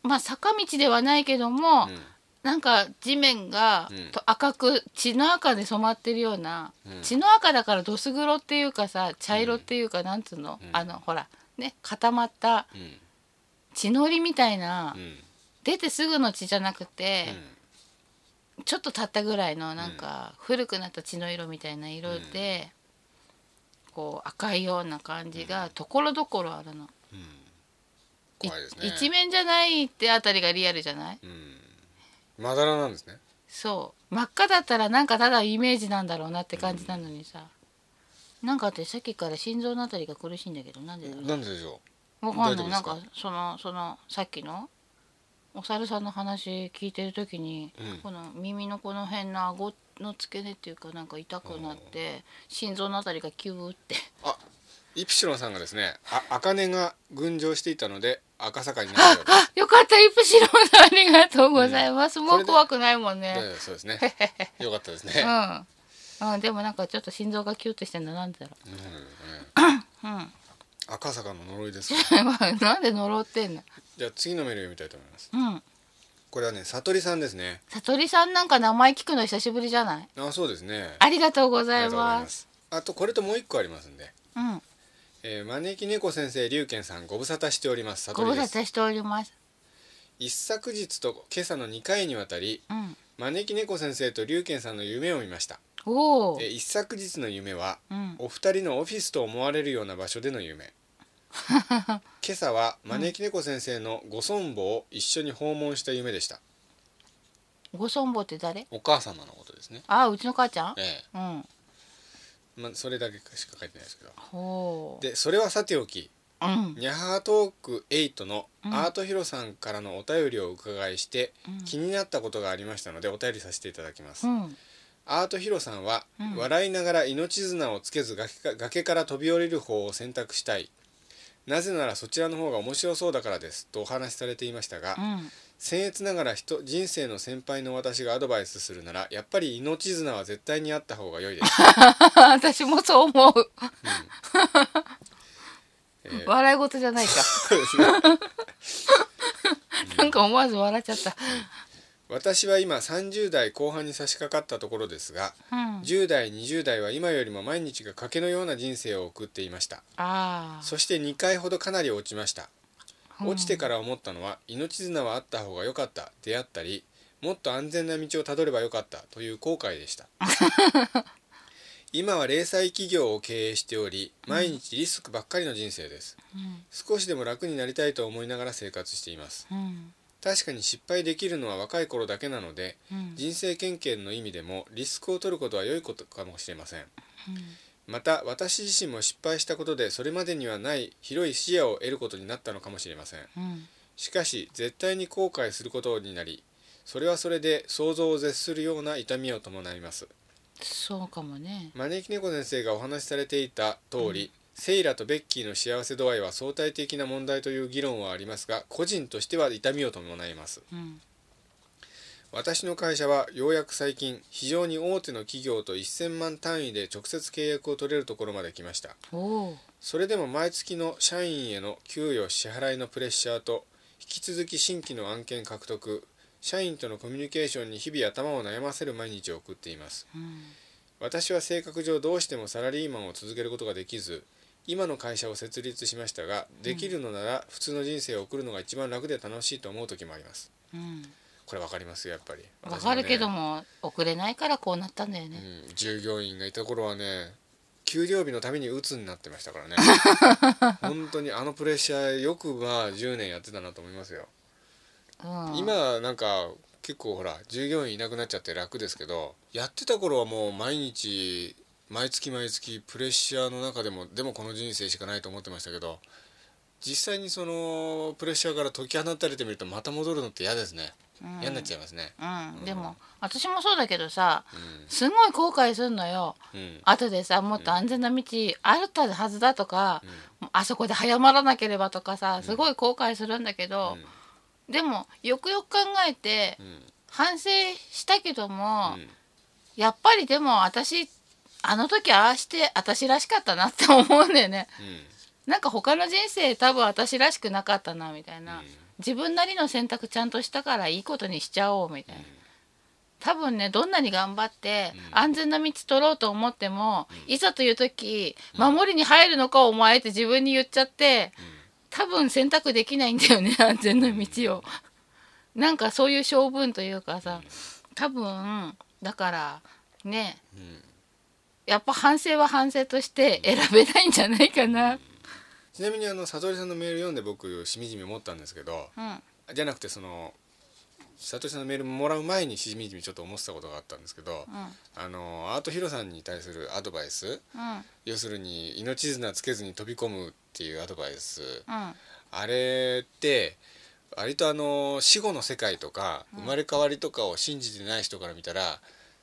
S1: まあ坂道ではないけども、
S2: うん
S1: なんか地面が
S2: うん
S1: と赤く血の赤で染まってるような、
S2: うん
S1: 血の赤だからどす黒っていうかさ茶色っていうかなんつうの、
S2: うん
S1: あのほらね固まった
S2: うん
S1: 血のりみたいな、
S2: うんうん
S1: 出てすぐの血じゃなくて、ちょっと経ったぐらいのなんか古くなった血の色みたいな色で、こう赤いような感じがところどころあるの、
S2: うん
S1: い
S2: 怖いですね
S1: 一面じゃないってあたりがリアルじゃない
S2: うんまだらなんですね
S1: そう真っ赤だったらなんかただイメージなんだろうなって感じなのにさ、なんか私さっきから心臓のあたりが苦しいんだけどなんでだろ
S2: なんででしょ
S1: うわかんないな
S2: 大
S1: ん
S2: 丈夫
S1: かそのそのさっきのお猿さんの話聞いてる時に、
S2: うん
S1: この耳のこの辺の顎の付け根っていうかなんか痛くなって心臓のあたりがキューって
S2: うあイプシロンさんがですねあ茜が群青していたので赤坂になったようです
S1: あよかったイプシロンさんありがとうございます、も
S2: こ
S1: う
S2: れで
S1: 怖くないもんね
S2: ええそうですねよかったですね
S1: う、ん、うん、でもなんかちょっと心臓がキューってしてんだなんでだろ
S2: なんだろ
S1: ううん
S2: う赤坂の呪いですか
S1: (laughs) なんで呪ってんの
S2: じゃあ次のメール読みたいと思います
S1: うん
S2: これはねさとりさんですね
S1: さとりさんなんか名前聞くの久しぶりじゃない
S2: あそうですね
S1: ありがとうござ
S2: あ
S1: います
S2: すあとこれともう一個ありますんで、
S1: うん
S2: えー、招き猫先生龍賢さんご無沙汰しておりますさ
S1: ご
S2: と
S1: 無
S2: り
S1: 沙
S2: です
S1: 汰しております
S2: 一昨日と今朝の2回にわたり
S1: うん
S2: 招き猫先生と龍賢さんの夢を見ました
S1: おお
S2: えー一昨日の夢は
S1: うん
S2: お二人のオフィスと思われるような場所で
S1: (laughs)
S2: の夢今朝は招き猫先生のご尊母を一緒に訪問した夢でした
S1: ご尊母って誰
S2: お母様のことですね
S1: あうちの母ちゃん
S2: ええ
S1: うん
S2: まあ、それだけしか書いてないですけど
S1: ほう
S2: でそれはさておき
S1: うん
S2: ニャハートーク8のアートヒロさんからのお便りをお伺いして、
S1: うん
S2: 気になったことがありましたのでお便りさせていただきます、
S1: うん (laughs)
S2: アートヒロさんは、
S1: うん
S2: 笑いながら命綱をつけず崖か崖から飛び降りる方を選択したいなぜならそちらの方が面白そうだからですとお話しされていましたが、
S1: うん
S2: 僭越ながら人人生の先輩の私がアドバイスするならやっぱり命綱は絶対にあった方が良いです、
S1: (laughs) 私もそう思う
S2: えー
S1: 笑い事じゃないか
S2: そうですね
S1: なんか思わず笑っちゃった
S2: 私は今30代後半に差し掛かったところですが
S1: うん
S2: 10代20代は今よりも毎日が賭けのような人生を送っていました
S1: あ
S2: そして2回ほどかなり落ちました
S1: うん
S2: 落ちてから思ったのは命綱はあった方が良かったであったりもっと安全な道をたどればよかったという後悔
S1: (laughs)
S2: でした今は零細企業を経営しており毎日リスクばっかりの人生です
S1: うん
S2: 少しでも楽になりたいと思いながら生活しています
S1: うん
S2: 確かに失敗できるのは若い頃だけなので
S1: うん
S2: 人生経験の意味でもリスクを取ることは良いことかもしれません、また私自身も失敗したことでそれまでにはない広い視野を得ることになったのかもしれません
S1: うん
S2: しかし絶対に後悔することになりそれはそれで想像を絶するような痛みを伴います
S1: そうかもね
S2: 招き猫先生がお話しされていた通り、セイラとベッキーの幸せ度合いは相対的な問題という議論はありますが個人としては痛みを伴います
S1: うん
S2: 私の会社はようやく最近非常に大手の企業と1000万単位で直接契約を取れるところまで来ました
S1: おお
S2: それでも毎月の社員への給与支払いのプレッシャーと引き続き新規の案件獲得社員とのコミュニケーションに日々頭を悩ませる毎日を送っています
S1: うん
S2: 私は性格上どうしてもサラリーマンを続けることができず今の会社を設立しましたができるのなら普通の人生を送るのが一番楽で楽しいと思う時もあります
S1: うん
S2: これわかりますよやっぱり
S1: わかるけど
S2: も
S1: も遅れないからこうなったんだよね、
S2: うん、従業員がいた頃はね給料日のために鬱になってましたからね
S1: (laughs)
S2: 本当にあのプレッシャーよくまあ10年やってたなと思いますよ、
S1: うん、
S2: 今はなんか結構ほら従業員いなくなっちゃって楽ですけどやってた頃はもう毎日毎月毎月プレッシャーの中でもでもこの人生しかないと思ってましたけど実際にそのプレッシャーから解き放たれてみるとまた戻るのって嫌ですね
S1: うん
S2: 嫌になっちゃいますね
S1: うん、で
S2: うん
S1: も私もそうだけどさすごい後悔するのよ
S2: うん、うん
S1: 後でさもっと安全な道あったはずだとか、あそこで早まらなければとかさすごい後悔するんだけど、でもよくよく考えて
S2: うん
S1: 反省したけども、
S2: うん
S1: やっぱりでも私あの時ああして私らしかったなって思うんだよねなんか他の人生多分私らしくなかったなみたいな、
S2: うん
S1: 自分なりの選択ちゃんとしたからいいことにしちゃおうみたいな、多分ねどんなに頑張って
S2: うん
S1: 安全な道取ろうと思っても、いざという時守りに入るのかお前って自分に言っちゃって、多分選択できないんだよね安全な道を。なんかそういう性分というかさ多分だからね
S2: うんうん
S1: やっぱ反省は反省として選べないんじゃないかな。
S2: ちなみにあの悟りさんのメール読んで僕しみじみ思ったんですけど
S1: うん、
S2: じゃなくてその悟りさんのメールもらう前にしみじみちょっと思ってたことがあったんですけど、
S1: うん、
S2: あのアートヒロさんに対するアドバイス
S1: うん、
S2: 要するに命綱つけずに飛び込むっていうアドバイス
S1: うん。
S2: あれって割とあの死後の世界とか生まれ変わりとかを信じてない人から見たら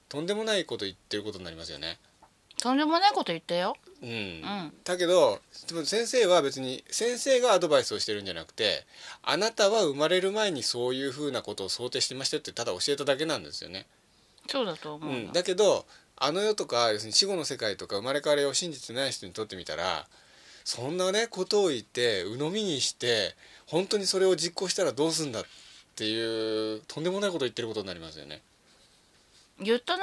S2: とんでもないこと言ってることになりますよね。
S1: とんでもないこと言ったよ。
S2: うん
S1: ん
S2: だけどでも先生は別に先生がアドバイスをしてるんじゃなくてあなたは生まれる前にそういうふうなことを想定してましたよってただ教えただけなんですよね。
S1: そうだと思
S2: う
S1: うよ。
S2: ん、だけどあの世とか要するに死後の世界とか生まれ変わりを信じてない人にとってみたらそんなねことを言って鵜呑みにして本当にそれを実行したらどうすんだっていうとんでもないことを言ってることになりますよね。
S1: 言ったな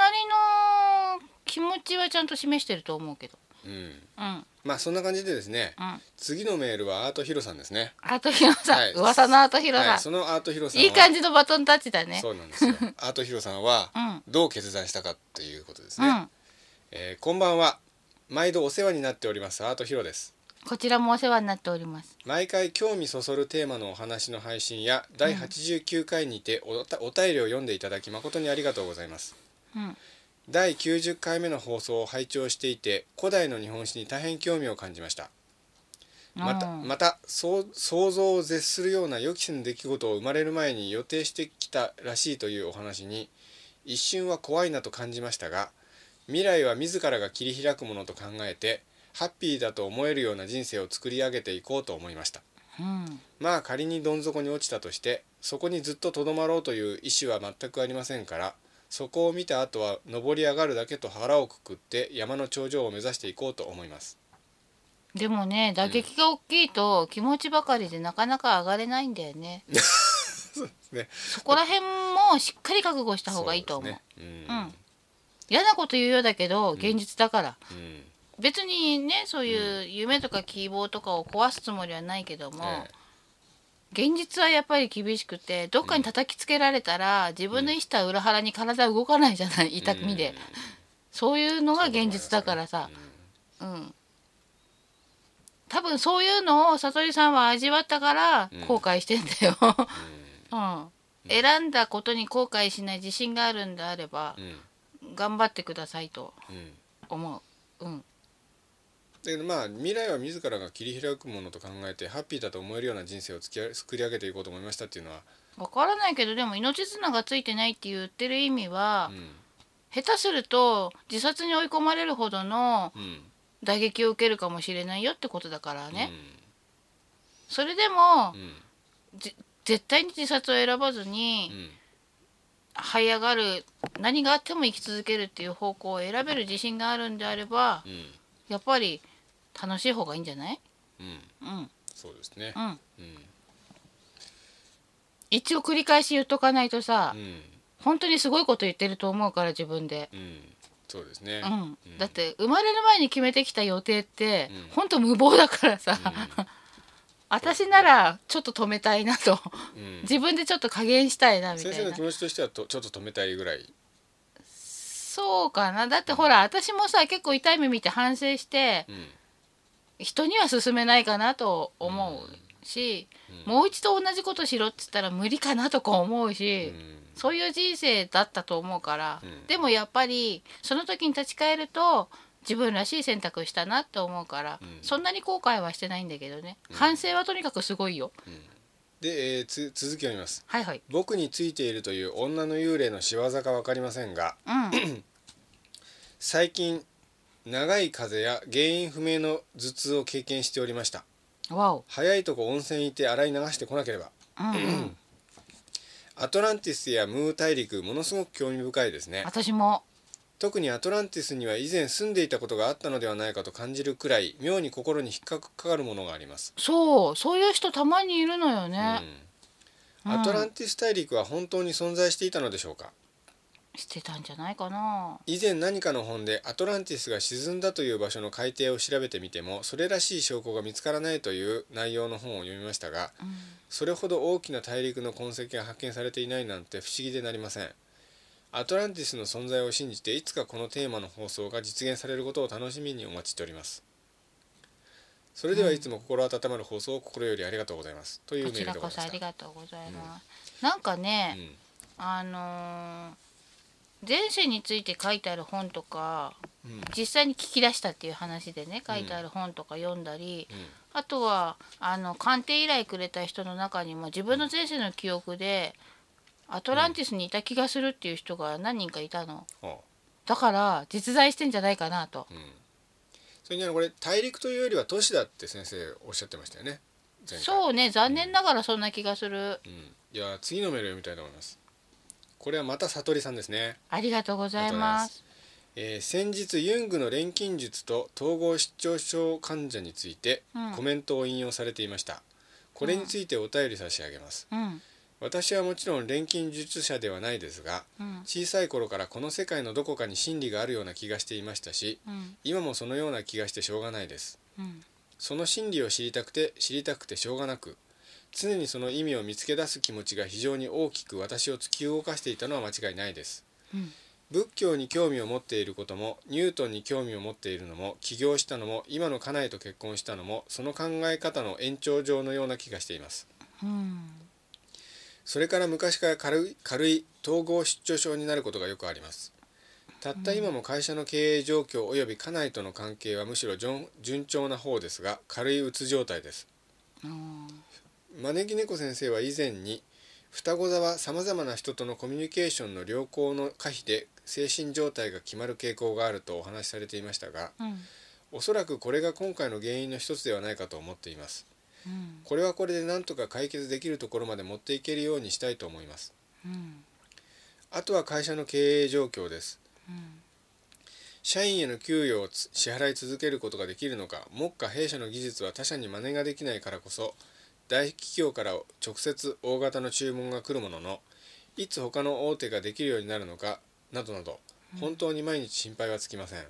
S1: りの気持ちはちゃんと示してると思うけど。
S2: うん、
S1: うん、
S2: まあそんな感じでですね
S1: うん。
S2: 次のメールはアートヒロさんですね。
S1: アートヒロさん、
S2: はい
S1: 噂のアートヒロさん、、
S2: はい、そのアートヒロさんはい
S1: い感じのバトンタッチだね。
S2: そうな
S1: (laughs)
S2: んですよアートヒロさんは
S1: うん
S2: どう決断したかっていうことです
S1: う
S2: ね、
S1: ん。
S2: えーこんばんは毎度お世話になっておりますアートヒロです
S1: こちらもお世話になっております。
S2: 毎回興味そそるテーマのお話の配信や第89回にておたお便りを読んでいただき誠にありがとうございます
S1: うん。
S2: 第90回目の放送を拝聴していて古代の日本史に大変興味を感じましたまた
S1: うん
S2: またそう想像を絶するような予期せぬ出来事を生まれる前に予定してきたらしいというお話に一瞬は怖いなと感じましたが未来は自らが切り開くものと考えてハッピーだと思えるような人生を作り上げていこうと思いました
S1: うん。
S2: まあ仮にどん底に落ちたとしてそこにずっととどまろうという意思は全くありませんからそこを見た後は上り上がるだけと腹をくくって山の頂上を目指していこうと思います
S1: でもね、打撃が大きいと気持ちばかりでなかなか上がれないんだよ
S2: (laughs)
S1: ね。
S2: ね
S1: そこら辺もしっかり覚悟した方がいいと思う。
S2: そうですね
S1: うん嫌なこと言うようだけど、現実だから。
S2: うん、うん
S1: 別にね、そういう夢とか希望とかを壊すつもりはないけども、
S2: え
S1: 現実はやっぱり厳しくてどっかに叩きつけられたら、自分の意思とは裏腹に体動かないじゃない
S2: え
S1: 痛みで、
S2: うん
S1: そういうのが現実だからさうん多分そういうのを悟りさんは味わったから
S2: うん
S1: 後悔してんだよ、 (laughs) うん、選んだことに後悔しない自信があるんであれば
S2: う、んうん
S1: 頑張ってくださいと
S2: うん
S1: 思ううん
S2: だけどまあ未来は自らが切り開くものと考えてハッピーだと思えるような人生をつきあ作り上げていこうと思いましたっていうのは、
S1: わからないけどでも命綱がついてないって言ってる意味は、
S2: うん
S1: 下手すると自殺に追い込まれるほどの
S2: うん
S1: 打撃を受けるかもしれないよってことだからね、
S2: う
S1: それでも
S2: んうん
S1: ぜ絶対に自殺を選ばずに、
S2: うん
S1: 這い上がる何があっても生き続けるっていう方向を選べる自信があるんであれば
S2: うん
S1: やっぱり楽しい方がいいんじゃない
S2: うん
S1: うん
S2: そうですね
S1: うん
S2: うん
S1: 一応繰り返し言っとかないとさ、
S2: うん
S1: 本当にすごいこと言ってると思うから自分で。
S2: うん、そうですね。
S1: うん
S2: うん
S1: だって生まれる前に決めてきた予定って、
S2: うん
S1: 本当無謀だからさ、 (laughs) 私ならちょっと止めたいなと
S2: うん
S1: 自分でちょっと加減したいなみた
S2: 先
S1: い
S2: 生の
S1: な
S2: 気持ちとしてはとちょっと止めたいぐらい。
S1: そうかなだってほら私もさ結構痛い目見て反省して
S2: うん、
S1: 人には勧めないかなと思うし、
S2: うん
S1: もう一度同じことしろっつったら無理かなとか思う
S2: う
S1: し、
S2: ん、
S1: そういう人生だったと思うから、
S2: うん
S1: でもやっぱりその時に立ち返ると自分らしい選択したなって思うから、
S2: うん
S1: そんなに後悔はしてないんだけどね、
S2: うん
S1: 反省はとにかくすごいよ
S2: で、えー、つ続きを読みます。
S1: はいはい
S2: 僕についているという女の幽霊の仕業かわかりませんが、
S1: うん
S2: 最近長い風邪や原因不明の頭痛を経験しておりました。 (clears throat)
S1: わお
S2: 早いとこ温泉行って洗い流してこなければ。
S1: うんうん
S2: アトランティスやムー大陸ものすごく興味深いですね
S1: 私も
S2: 特にアトランティスには以前住んでいたことがあったのではないかと感じるくらい妙に心に引っかかるものがあります、
S1: そうそういう人たまにいるのよ
S2: うん
S1: ね、うん
S2: アトランティス大陸は本当に存在していたのでしょうか
S1: してたんじゃないかな
S2: 以前何かの本でアトランティスが沈んだという場所の海底を調べてみてもそれらしい証拠が見つからないという内容の本を読みましたが、それほど大きな大陸の痕跡が発見されていないなんて不思議でなりませんアトランティスの存在を信じていつかこのテーマの放送が実現されることを楽しみにお待ちしておりますそれではいつも心温まる放送を心よりありがとうございますというメ
S1: こ
S2: ー
S1: ち
S2: ル
S1: ら
S2: でご
S1: こそ
S2: ざ
S1: あ
S2: いま
S1: り
S2: した
S1: がとうございます、なんかね、
S2: うん
S1: あのー前世について書いてある本とか
S2: うん
S1: 実際に聞き出したっていう話でね書いてある本とか読んだり、あとはあの鑑定依頼くれた人の中にも自分の前世の記憶でアトランティスにいた気がするっていう人が何人かいたの
S2: ああ
S1: だから実在してんじゃないかなと
S2: うんそれにあのこれ大陸というよりは都市だって先生おっしゃってましたよね前回
S1: そうね残念ながらそんな気がする
S2: うん、いや次のメール読みたいと思いますこれはまた悟りさんですね、
S1: ありがとうございます
S2: えー先日ユングの錬金術と統合失調症患者について
S1: うん
S2: コメントを引用されていました、これについてお便り差し上げます
S1: うん
S2: 私はもちろん錬金術者ではないですが
S1: うん
S2: 小さい頃からこの世界のどこかに真理があるような気がしていましたし
S1: うん
S2: 今もそのような気がしてしょうがないです
S1: うん
S2: その真理を知りたくて知りたくてしょうがなく常にその意味を見つけ出す気持ちが非常に大きく私を突き動かしていたのは間違いないです
S1: うん
S2: 仏教に興味を持っていることもニュートンに興味を持っているのも起業したのも今の家内と結婚したのもその考え方の延長上のような気がしています
S1: うん
S2: それから昔から軽い軽い統合失調症になることがよくありますたった今も会社の経営状況及び家内との関係はむしろ順順調な方ですが軽いうつ状態です
S1: うん
S2: 招き猫先生は以前に双子座はさまざまな人とのコミュニケーションの良好の可否で精神状態が決まる傾向があるとお話しされていましたが
S1: うん
S2: おそらくこれが今回の原因の一つではないかと思っています
S1: うん
S2: これはこれで何とか解決できるところまで持っていけるようにしたいと思います
S1: うん
S2: あとは会社の経営状況です
S1: うん
S2: 社員への給与をつ支払い続けることができるのか目下弊社の技術は他社に真似ができないからこそ大企業から直接大型の注文が来るもののいつ他の大手ができるようになるのかなどなど本当に毎日心配はつきません、
S1: うん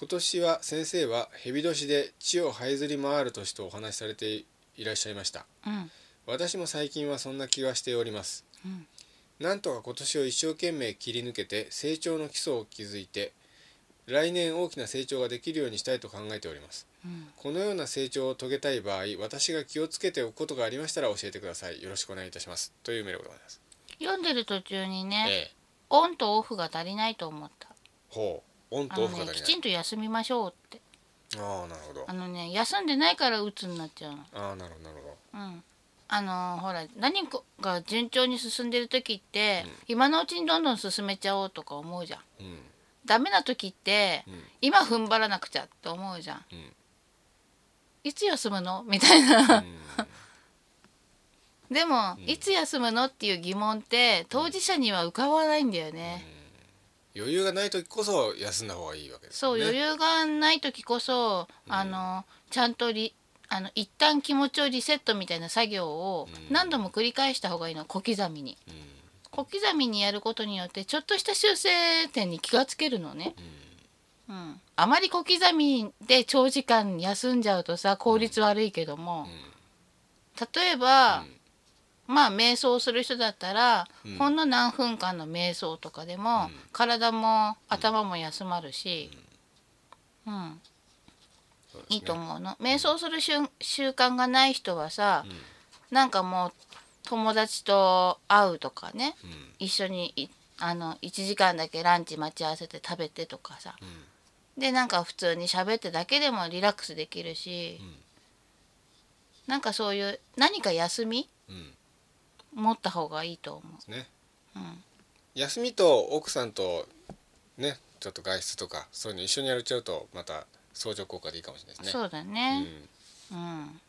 S2: 今年は先生は蛇年で地を這いずり回る年とお話しされていらっしゃいました
S1: うん
S2: 私も最近はそんな気がしております、
S1: うん
S2: なんとか今年を一生懸命切り抜けて成長の基礎を築いて来年大きな成長ができるようにしたいと考えております
S1: うん
S2: このような成長を遂げたい場合私が気をつけておくことがありましたら教えてくださいよろしくお願いいたしますというメールでございます、
S1: 読んでる途中にね、
S2: ええ、
S1: オンとオフが足りないと思った
S2: ほうオン
S1: あ
S2: と
S1: の
S2: オフが
S1: ね
S2: 足
S1: き
S2: りない
S1: ちんと休みましょうって
S2: ああなるほど
S1: あのね休んでないから鬱になっちゃうの
S2: ああなるほどなるほど
S1: うんあのーほら何かが順調に進んでる時って、今のうちにどんどん進めちゃおうとか思うじゃん
S2: うん
S1: ダメな時って、
S2: うん
S1: 今踏ん張らなくちゃって思うじゃん
S2: うん
S1: いつ休むのみたい (laughs) な
S2: うん
S1: でも、いつ休むのっていう疑問って当事者には浮かばないんだよね、
S2: 余裕がない時こそ休んだ方がいいわけです
S1: そ
S2: よ
S1: う余
S2: ね
S1: 裕がない時こそ、
S2: ん
S1: あのちゃんとリあの一旦気持ちをリセットみたいな作業を
S2: うん
S1: 何度も繰り返した方がいいの小刻みに
S2: うん
S1: 小刻みにやることによってちょっとした修正点に気がつけるのね、うん、あまり小刻みで長時間休んじゃうとさ効率悪いけども、例えば、まあ瞑想する人だったら、
S2: うん
S1: ほんの何分間の瞑想とかでも、
S2: うん
S1: 体も頭も休まるし、うん
S2: そうですね
S1: いいと思うの。瞑想する習習慣がない人はさ、なんかもう友達と会うとかね
S2: うんうん
S1: 一緒にいあの1時間だけランチ待ち合わせて食べてとかさ、でなんか普通に喋ってだけでもリラックスできるし、
S2: ん
S1: なんかそういう何か休み
S2: うん
S1: 持った方がいいと思
S2: ね、
S1: うん、
S2: 休みと奥さんとねちょっと外出とかそういうの一緒にやれちゃうとまた相乗効果でいいかもしれないうですね
S1: そうだねうん、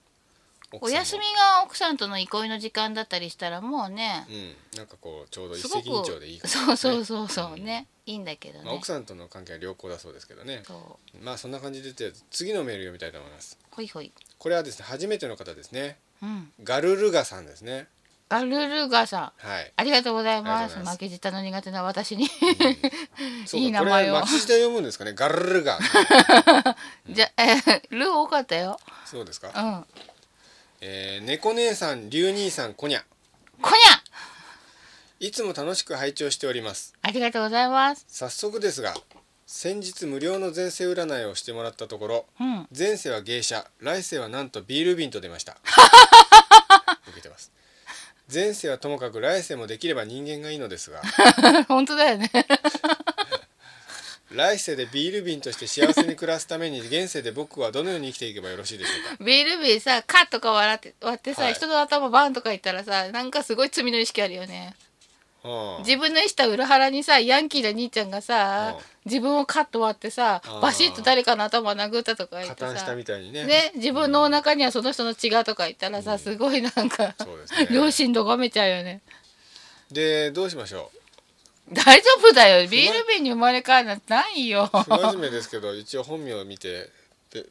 S2: 奥
S1: お
S2: さんも
S1: 休みが奥さんとの憩いの時間だったりしたらもうね
S2: うんなんかこうちょうど一
S1: すご
S2: 石二鳥
S1: く
S2: でいいから、
S1: そうそうそうそうねいいんだけど
S2: まあ、
S1: ね
S2: 奥さんとの関係は良好だそうですけどね
S1: そう
S2: まあそんな感じでて次のメール読みたいと思います
S1: ほいほい
S2: これはですね初めての方ですね
S1: うん
S2: ガルルガさんですね
S1: ガルルガさん
S2: はい
S1: ありがとうございます
S2: ありがとうございます
S1: 負けじたの苦手な私に
S2: そうか
S1: いい名前を
S2: これ松下読むんですかねガルルガ
S1: じゃえ (laughs) ール多かったよ
S2: そうです
S1: う
S2: か、
S1: ん
S2: えー、猫姉さん龍兄さんこにゃ
S1: こにゃ
S2: いつも楽しく拝聴しております
S1: ありがとうございます
S2: 早速ですが先日無料の前世占いをしてもらったところ
S1: うん
S2: 前世は芸者来世はなんとビール瓶と出ました受けてます前世はともかく来世もできれば人間がいいのですが
S1: (laughs) 本当だよね (laughs)
S2: 来世でビール瓶として幸せに暮らすために現世で僕はどのように生きていけばよろしいでしょうか
S1: ビールビーさカッとか笑って割ってさ、
S2: はい
S1: 人の頭バンとか言ったらさなんかすごい罪の意識あるよね
S2: は
S1: 自分の意した裏腹にさヤンキーな兄ちゃんがさ
S2: うん
S1: 自分をカッと割ってさ
S2: うん
S1: バシッと誰かの頭殴ったとか
S2: あ
S1: 言
S2: 加
S1: って
S2: 担した
S1: さ
S2: みたいにね
S1: ね自分のお腹にはその人の血がとか言ったらさすごいなんか
S2: そうです
S1: (laughs)
S2: ね
S1: 両親どがめちゃうよね
S2: でどうしましょ
S1: 大丈夫だよビール瓶に生まれ変わるなんてないよ
S2: う不真面目ですけど一応本名を見てで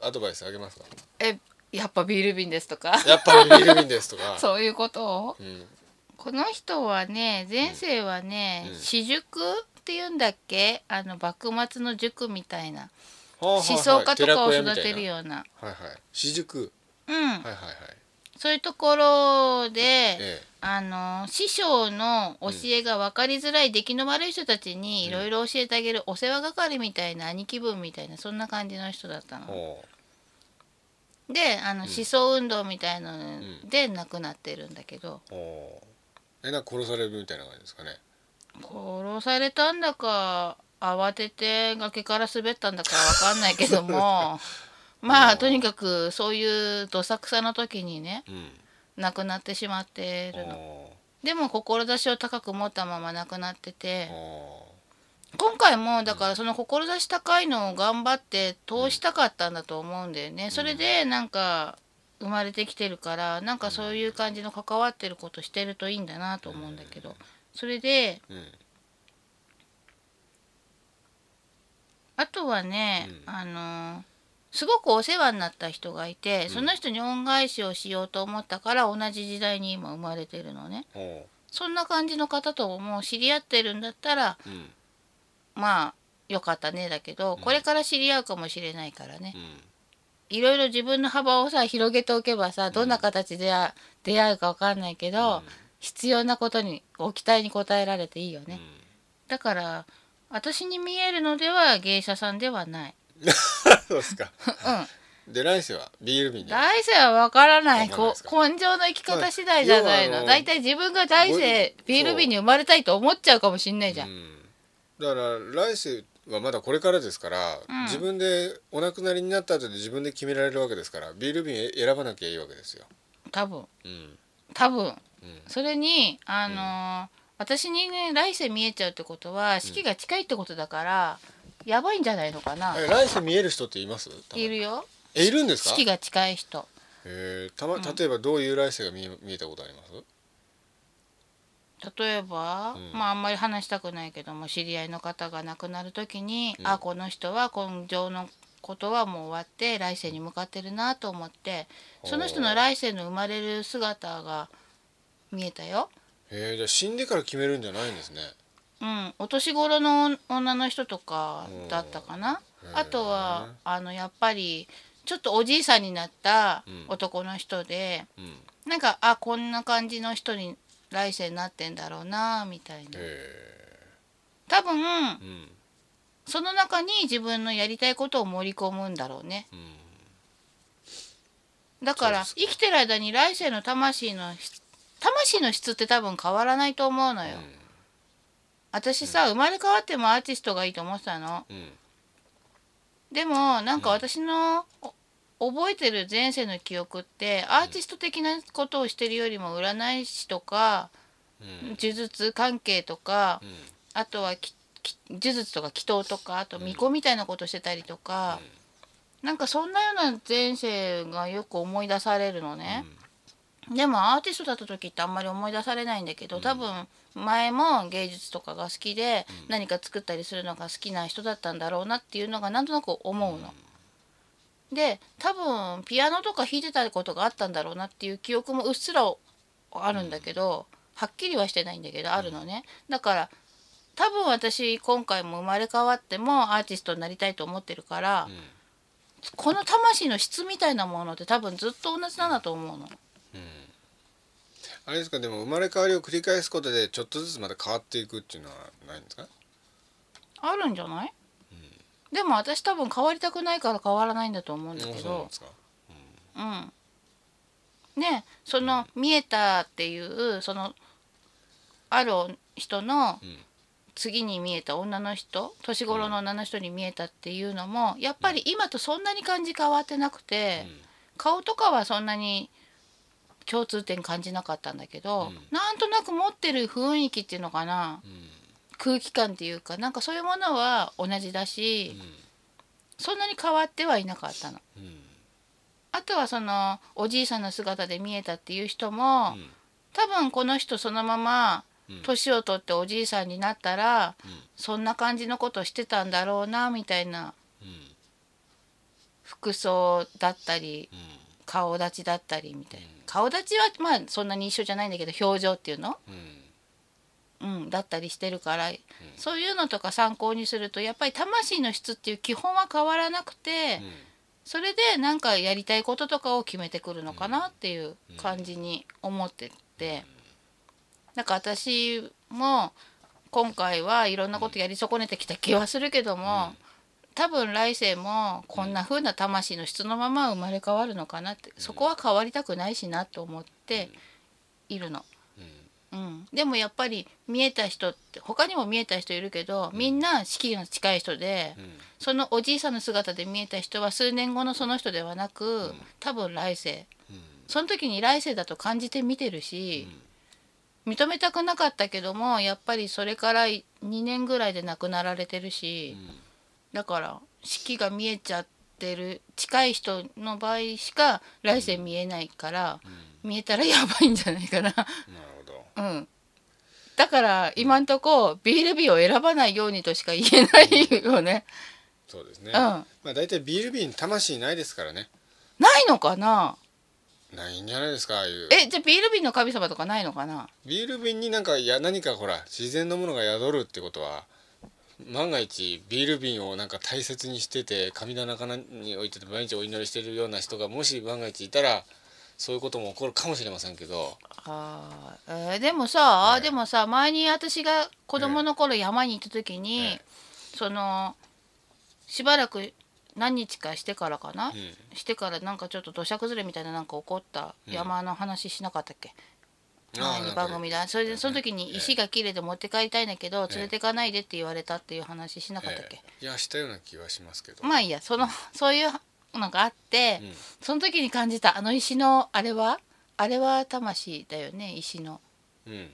S2: アドバイスあげますか
S1: えやっぱビール瓶ですとか
S2: やっぱりビール瓶ですとか
S1: (laughs) そういうことを
S2: う、ん、
S1: この人はね前世はね、
S2: うん
S1: 私塾っていうんだっけあの幕末の塾みたいな
S2: 思
S1: 思想家とかを育てるような
S2: はいはい私塾
S1: うん
S2: はいはいはい
S1: そういうところで、
S2: え
S1: あの師匠の教えが分かりづらい出来の悪い人たちにいろいろ教えてあげるお世話係みたいな兄貴分みたいなそんな感じの人だった
S2: え
S1: の。
S2: ほ
S1: であの思想運動みたいなの
S2: ん
S1: で亡くなってるんだけど
S2: うほうえなんか殺されるみたいな感じですかね
S1: 殺されたんだか慌てて崖から滑ったんだかわかんないけ (laughs) どもまあとにかくそういうどさくさの時にね
S2: うん
S1: 亡くなってしまってるの。
S2: ほ
S1: でも志を高く持ったまま亡くなって
S2: う
S1: て
S2: ほ
S1: 今回もだからその志高いのを頑張って通したかったんだと思うんだよねそれでなんか生まれてきてるからなんかそういう感じの関わってることしてるといいんだなと思うんだけどそれで
S2: ううん
S1: あとはねあのーすごくお世話になった人がいてその人に恩返しをしようと思ったから同じ時代に今生まれてるのね
S2: ほ
S1: そんな感じの方とももう知り合ってるんだったら
S2: ううん
S1: まあよかったねだけど、これから知り合うかもしれないからね
S2: うん
S1: いろいろ自分の幅をさ広げておけばさどんな形であ出会うか分かんないけど、必要なことにご期待に応えられていいよね、だから私に見えるのでは芸者さんではない、
S2: (laughs) そうですか
S1: う
S2: で来世はビール瓶
S1: ん、
S2: に
S1: 大世は分からない
S2: わかんない
S1: こ
S2: ですか
S1: 根性の生き方次第じゃない
S2: ま
S1: の
S2: あ要はあの
S1: 大体自分が大世
S2: ご
S1: ビール瓶に生まれたいと思っちゃうかもしんないじゃん、
S2: うんだから来世はまだこれからですから、
S1: ん
S2: 自分でお亡くなりになった後で自分で決められるわけですからビール瓶え選ばなきゃいいわけですよ、
S1: 多分
S2: うん
S1: 多分
S2: うん
S1: それにあのー私にね来世見えちゃうってことは式が近いってことだから、やばいんじゃないのかな、
S2: え来世見える人っています
S1: いるよ
S2: えいるんですか
S1: 式が近い人
S2: えーたま例えばどういう来世が見え見えたことあります、
S1: 例えば、
S2: ん
S1: まああんまり話したくないけども知り合いの方が亡くなる時に、あこの人は根性のことはもう終わって来世に向かってるなと思ってその人の来世の生まれる姿が見えたよ。
S2: えー、じゃあ死んでから決めるんじゃないんですね
S1: うん、お年頃の女の人とかだったかな
S2: うん
S1: あとはあのやっぱりちょっとおじいさんになった男の人で、
S2: うん
S1: なんかあこんな感じの人に来世になってんだろうなみたいな
S2: え
S1: 多分
S2: ー、うん
S1: その中に自分のやりたいことを盛り込むんだろうね
S2: うん
S1: だから
S2: そう
S1: 生きてる間に来世の魂の質魂の質って多分変わらないと思うのよ、私さ生まれ変わってもアーティストがいいと思ってたの
S2: うんうん
S1: でもなんか私のお覚えてる前世の記憶ってアーティスト的なことをしてるよりも占い師とか
S2: うん
S1: 呪術関係とか
S2: うん
S1: あとはきき呪術とか祈祷とかあと巫女みたいなことしてたりとかなんかそんなような前世がよく思い出されるのね、でもアーティストだった時ってあんまり思い出されないんだけど多分前も芸術とかが好きで何か作ったりするのが好きな人だったんだろうなっていうのがなんとなく思うの。で多分ピアノとか弾いてたことがあったんだろうなっていう記憶もうっすらあるんだけど、はっきりはしてないんだけどあるのね。だから多分私今回も生まれ変わってもアーティストになりたいと思ってるから、
S2: ん
S1: この魂の質みたいなものって多分ずっと同じなんだと思うの。
S2: あれですかでも生まれ変わりを繰り返すことでちょっとずつまた変わっていくっていうのはないんですか
S1: あるんじゃない、でも私多分変わりたくないから変わらないんだと思うんだ
S2: あ
S1: け
S2: そうなん
S1: ど
S2: ですか
S1: うんねその見えたっていうそのある人の
S2: うん
S1: 次に見えた女の人年頃の女の人に見えたっていうのもやっぱり今とそんなに感じ変わってなくて、
S2: うん
S1: 顔とかはそんなに共通点感じなかったんだけど、
S2: うん
S1: なんとなく持ってる雰囲気っていうのかな空気感っていうかなんかそういうものは同じだし、そんなに変わってはいなかったの。
S2: うんうん
S1: あとはそのおじいさんの姿で見えたっていう人も、
S2: うん
S1: 多分この人そのまま
S2: うん
S1: 年を取っておじいさんになったら、
S2: うん
S1: そんな感じのことしてたんだろうなみたいな
S2: うん
S1: 服装だったり
S2: うん
S1: 顔立ちだったりみたいな、顔立ちはまあそんなに一緒じゃないんだけど表情っていうの、
S2: うん
S1: うん、だったりしてるから、そういうのとか参考にするとやっぱり魂の質っていう基本は変わらなくて。
S2: うん
S1: それでなんかやりたいこととかを決めてくるのかなっていう感じに思っててなんか私も今回はいろんなことやり損ねてきた気はするけども多分来世もこんな風な魂の質のまま生まれ変わるのかなってそこは変わりたくないしなと思っているの。うん、でもやっぱり見えた人って他にも見えた人いるけどみんな式が近い人で、
S2: うん
S1: そのおじいさんの姿で見えた人は数年後のその人ではなく、多分来世
S2: うん
S1: その時に来世だと感じて見てるし、認めたくなかったけどもやっぱりそれから2年ぐらいで亡くなられてるし、だから式が見えちゃってる近い人の場合しか来世見えないから、見えたらやばいんじゃないかな。
S2: なるほど
S1: うん。だから今んとこ BLB を選ばないようにとしか言えないよね。
S2: そうです
S1: う
S2: ね
S1: ん。
S2: ま
S1: な
S2: あ大体 BLB に魂ないですからね
S1: いのかな
S2: ないんじゃないですかああいう
S1: え、じゃあ BLB の神様とかないのかな
S2: ビール瓶になんかや何かほら自然のものが宿るってことは万が一ビール瓶をなんか大切にしてて神棚かなに置いてて毎日お祈りしてるような人がもし万が一いたらそういうことも起こるかもしれませんけど、
S1: あーえーでもさ、
S2: ええ
S1: でもさ前に私が子供の頃山に行った時に、
S2: え
S1: そのしばらく何日かしてからかな、
S2: うん
S1: してからなんかちょっと土砂崩れみたいななんか起こった山の話しなかったっけ、前
S2: なん
S1: の
S2: か
S1: 番組だそれでその時に石がきれいで持って帰りたいんだけど
S2: え
S1: 連れてかないでって言われたっていう話しなかったっ
S2: え
S1: け、
S2: えいやしたような気はしますけど、
S1: まあいいやそのそういうのがあって、
S2: うん
S1: その時に感じたあの石のあれはあれは魂だよね石の、
S2: うんうん
S1: う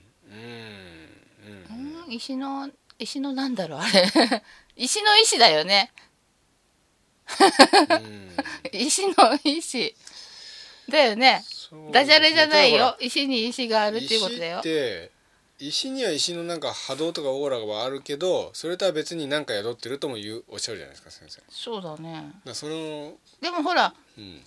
S2: うん
S1: ん、石の石のなんだろうあれ (laughs) 石の石だよね
S2: うん
S1: 石の石だよね
S2: そう
S1: ダジャレじゃない
S2: だから
S1: よ石に石があるっていうことだ
S2: 石
S1: よ
S2: って石には石のなんか波動とかオーラはあるけどそれとは別に何か宿ってるとも言うおっしゃるじゃないですか先生だか
S1: そうだね
S2: らその
S1: でもほら
S2: うん、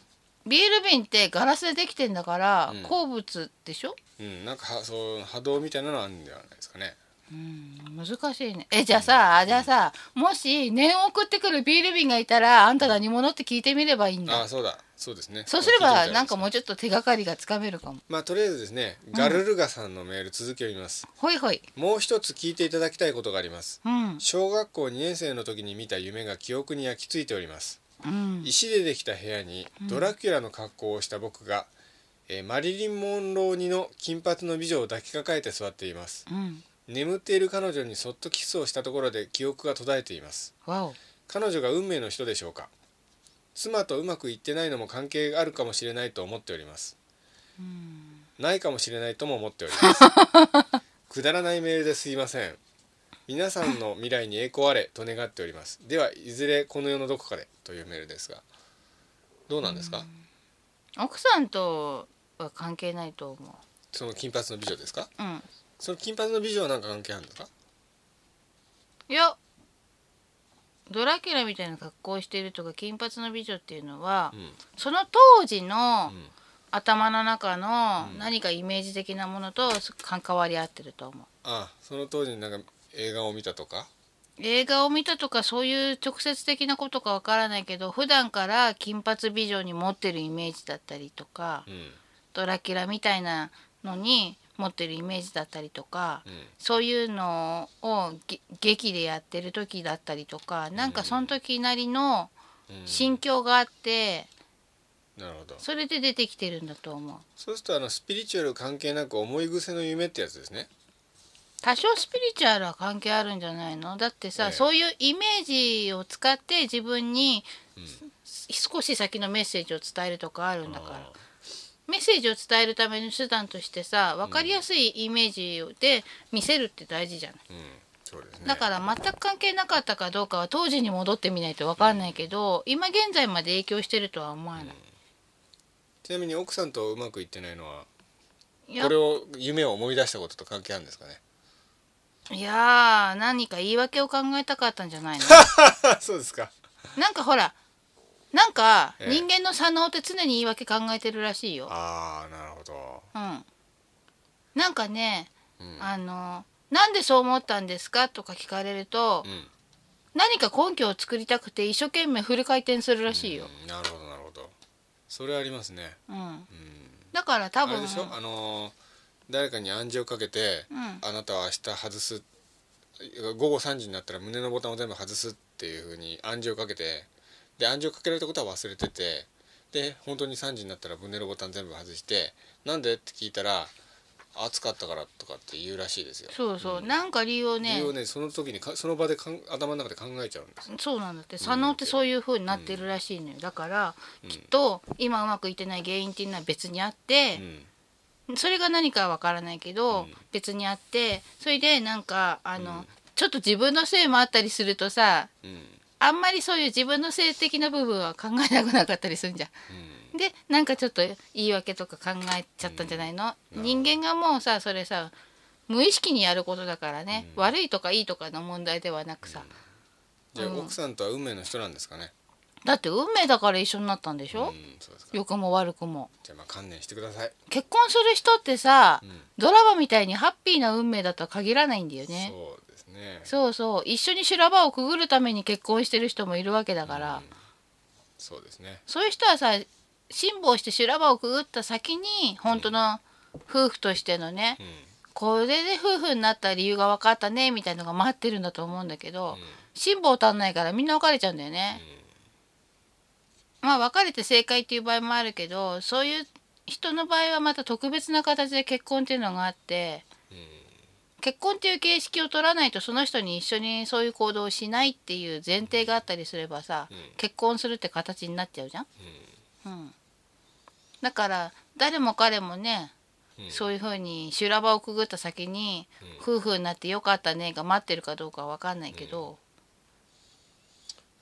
S1: ビール瓶ってガラスでできてんだから、
S2: うん
S1: 鉱物でしょ、
S2: うん、なんかはそう波動みたいなのあるんじゃないですかね
S1: うん、難しいねえじゃあさじゃあさもし念を送ってくるビール瓶がいたらあんた何者って聞いてみればいいん
S2: あ
S1: だ
S2: あそうだそうですね
S1: そうすれば
S2: 聞いてみたいですね
S1: なんかもうちょっと手がかりがつかめるかも
S2: まあとりあえずですねガルルガさんのメール続きを読みます、
S1: ほいほい
S2: もう一つ聞いていただきたいことがあります
S1: うん
S2: 小学校2年生の時に見た夢が記憶に焼き付いております
S1: うん
S2: 石でできた部屋にドラキュラの格好をした僕が、えーマリリン・モンローにの金髪の美女を抱きかかえて座っています
S1: うん
S2: 眠っている彼女にそっとキスをしたところで記憶が途絶えています
S1: わお
S2: 彼女が運命の人でしょうか妻とうまくいってないのも関係があるかもしれないと思っておりますないかもしれないとも思っております (laughs) くだらないメールですいません皆さんの未来に栄光あれと願っておりますではいずれこの世のどこかでというメールですがどうなんですか、
S1: 奥さんとは関係ないと思
S2: その金髪の美女ですか
S1: ううん
S2: その金髪の美女は何か関係あるんですか
S1: いやドラキュラみたいな格好をしているとか金髪の美女っていうのは、
S2: うん
S1: その当時の
S2: うん
S1: 頭の中の
S2: うん
S1: 何かイメージ的なものと関わり合ってると思う
S2: あその当時になんか映画を見たとか
S1: 映画を見たとかそういう直接的なことかわからないけど普段から金髪美女に持ってるイメージだったりとか
S2: うん
S1: ドラキュラみたいなのに持ってるイメージだったりとか
S2: うん
S1: そういうのをげ劇でやってる時だったりとかなんかその時なりの
S2: うん
S1: 心境があって
S2: なるほど
S1: それで出てきてるんだと思う
S2: そうするとあのスピリチュアル関係なく思い癖の夢ってやつですね
S1: 多少スピリチュアルは関係あるんじゃないのだってさ、
S2: ええ
S1: そういうイメージを使って自分に
S2: うん
S1: 少し先のメッセージを伝えるとかあるんだから
S2: あ
S1: メッセージを伝えるための手段としてさ分かりやすいイメージで見せるって大事じゃない、
S2: ーうんそうですね
S1: だから全く関係なかったかどうかは当時に戻ってみないと分かんないけど、今現在まで影響してるとは思わない、
S2: ちなみに奥さんとうまくいってないのはい
S1: や
S2: これを夢を思い出したことと関係あるんです
S1: (laughs)
S2: かね
S1: いやー何か言い訳を考えたかったんじゃないの
S2: そうですか
S1: なんかほらなんか
S2: ええ
S1: 人間の左脳って常に言い訳考えてるらしいよ、
S2: ああなるほど、
S1: うん、なんかね
S2: うん
S1: あのなんでそう思ったんですかとか聞かれると、
S2: うん
S1: 何か根拠を作りたくて一生懸命フル回転するらしいよ。
S2: うんなるほどなるほどそれありますね
S1: うん、
S2: うん
S1: だから多
S2: あ
S1: 分
S2: れでしょあのー誰かに暗示をかけて、
S1: うん
S2: あなたは明日外す午後3時になったら胸のボタンを全部外すっていうふうに暗示をかけてで暗示をかけられたことは忘れててで本当に3時になったら胸のボタン全部外してなんでって聞いたら暑かったからとかって言うらしいですよ。
S1: そうそう、なんか理由を
S2: 理
S1: ね
S2: 由をねその時にかその場でかん頭の中で考えちゃうんです。
S1: そうなんだって左脳ってそういう風になってるらしいのよだから、
S2: うん
S1: きっと今うまくいってない原因っていうのは別にあって
S2: う、ん
S1: それが何かはわからないけど、
S2: うん
S1: 別にあってそれでなんかあの、
S2: うん
S1: ちょっと自分のせいもあったりするとさ
S2: うん
S1: あんまりそういう自分の性的な部分は考えなくなかったりするんじゃん。
S2: うん
S1: でなんかちょっと言い訳とか考えちゃったんじゃないの、
S2: うん
S1: 人間がもうさそれさ無意識にやることだからね、
S2: うん
S1: 悪いとかいいとかの問題ではなくさ、
S2: じゃあ、
S1: うん
S2: 奥さんとは運命の人なんですかね。
S1: だって運命だから一緒になったんでし
S2: う
S1: ょ、
S2: んそうですか。
S1: 良くも悪くも
S2: じゃあまあ観念してください。
S1: 結婚する人ってさ、
S2: うん
S1: ドラマみたいにハッピーな運命だとは限らないんだよね
S2: そうですね。
S1: そうそう一緒に修羅場をくぐるために結婚してる人もいるわけだから、
S2: うんそうですね
S1: そういう人はさ辛抱して修羅場をくぐった先に本当の夫婦としてのね、
S2: うん、
S1: これで夫婦になった理由が分かったねみたいのが待ってるんだと思うんだけど、
S2: うん
S1: 辛抱足んないからみんな別れちゃうんだよね、まあ別れて正解っていう場合もあるけどそういう人の場合はまた特別な形で結婚っていうのがあって
S2: うん
S1: 結婚っていう形式を取らないとその人に一緒にそういう行動をしないっていう前提があったりすればさ、
S2: うん
S1: 結婚するって形になっちゃうじゃん、うん、だから誰も彼もね
S2: うんうん
S1: そういうふうに修羅場をくぐった先に
S2: うん
S1: 夫婦になってよかったねが待ってるかどうかは分かんないけど、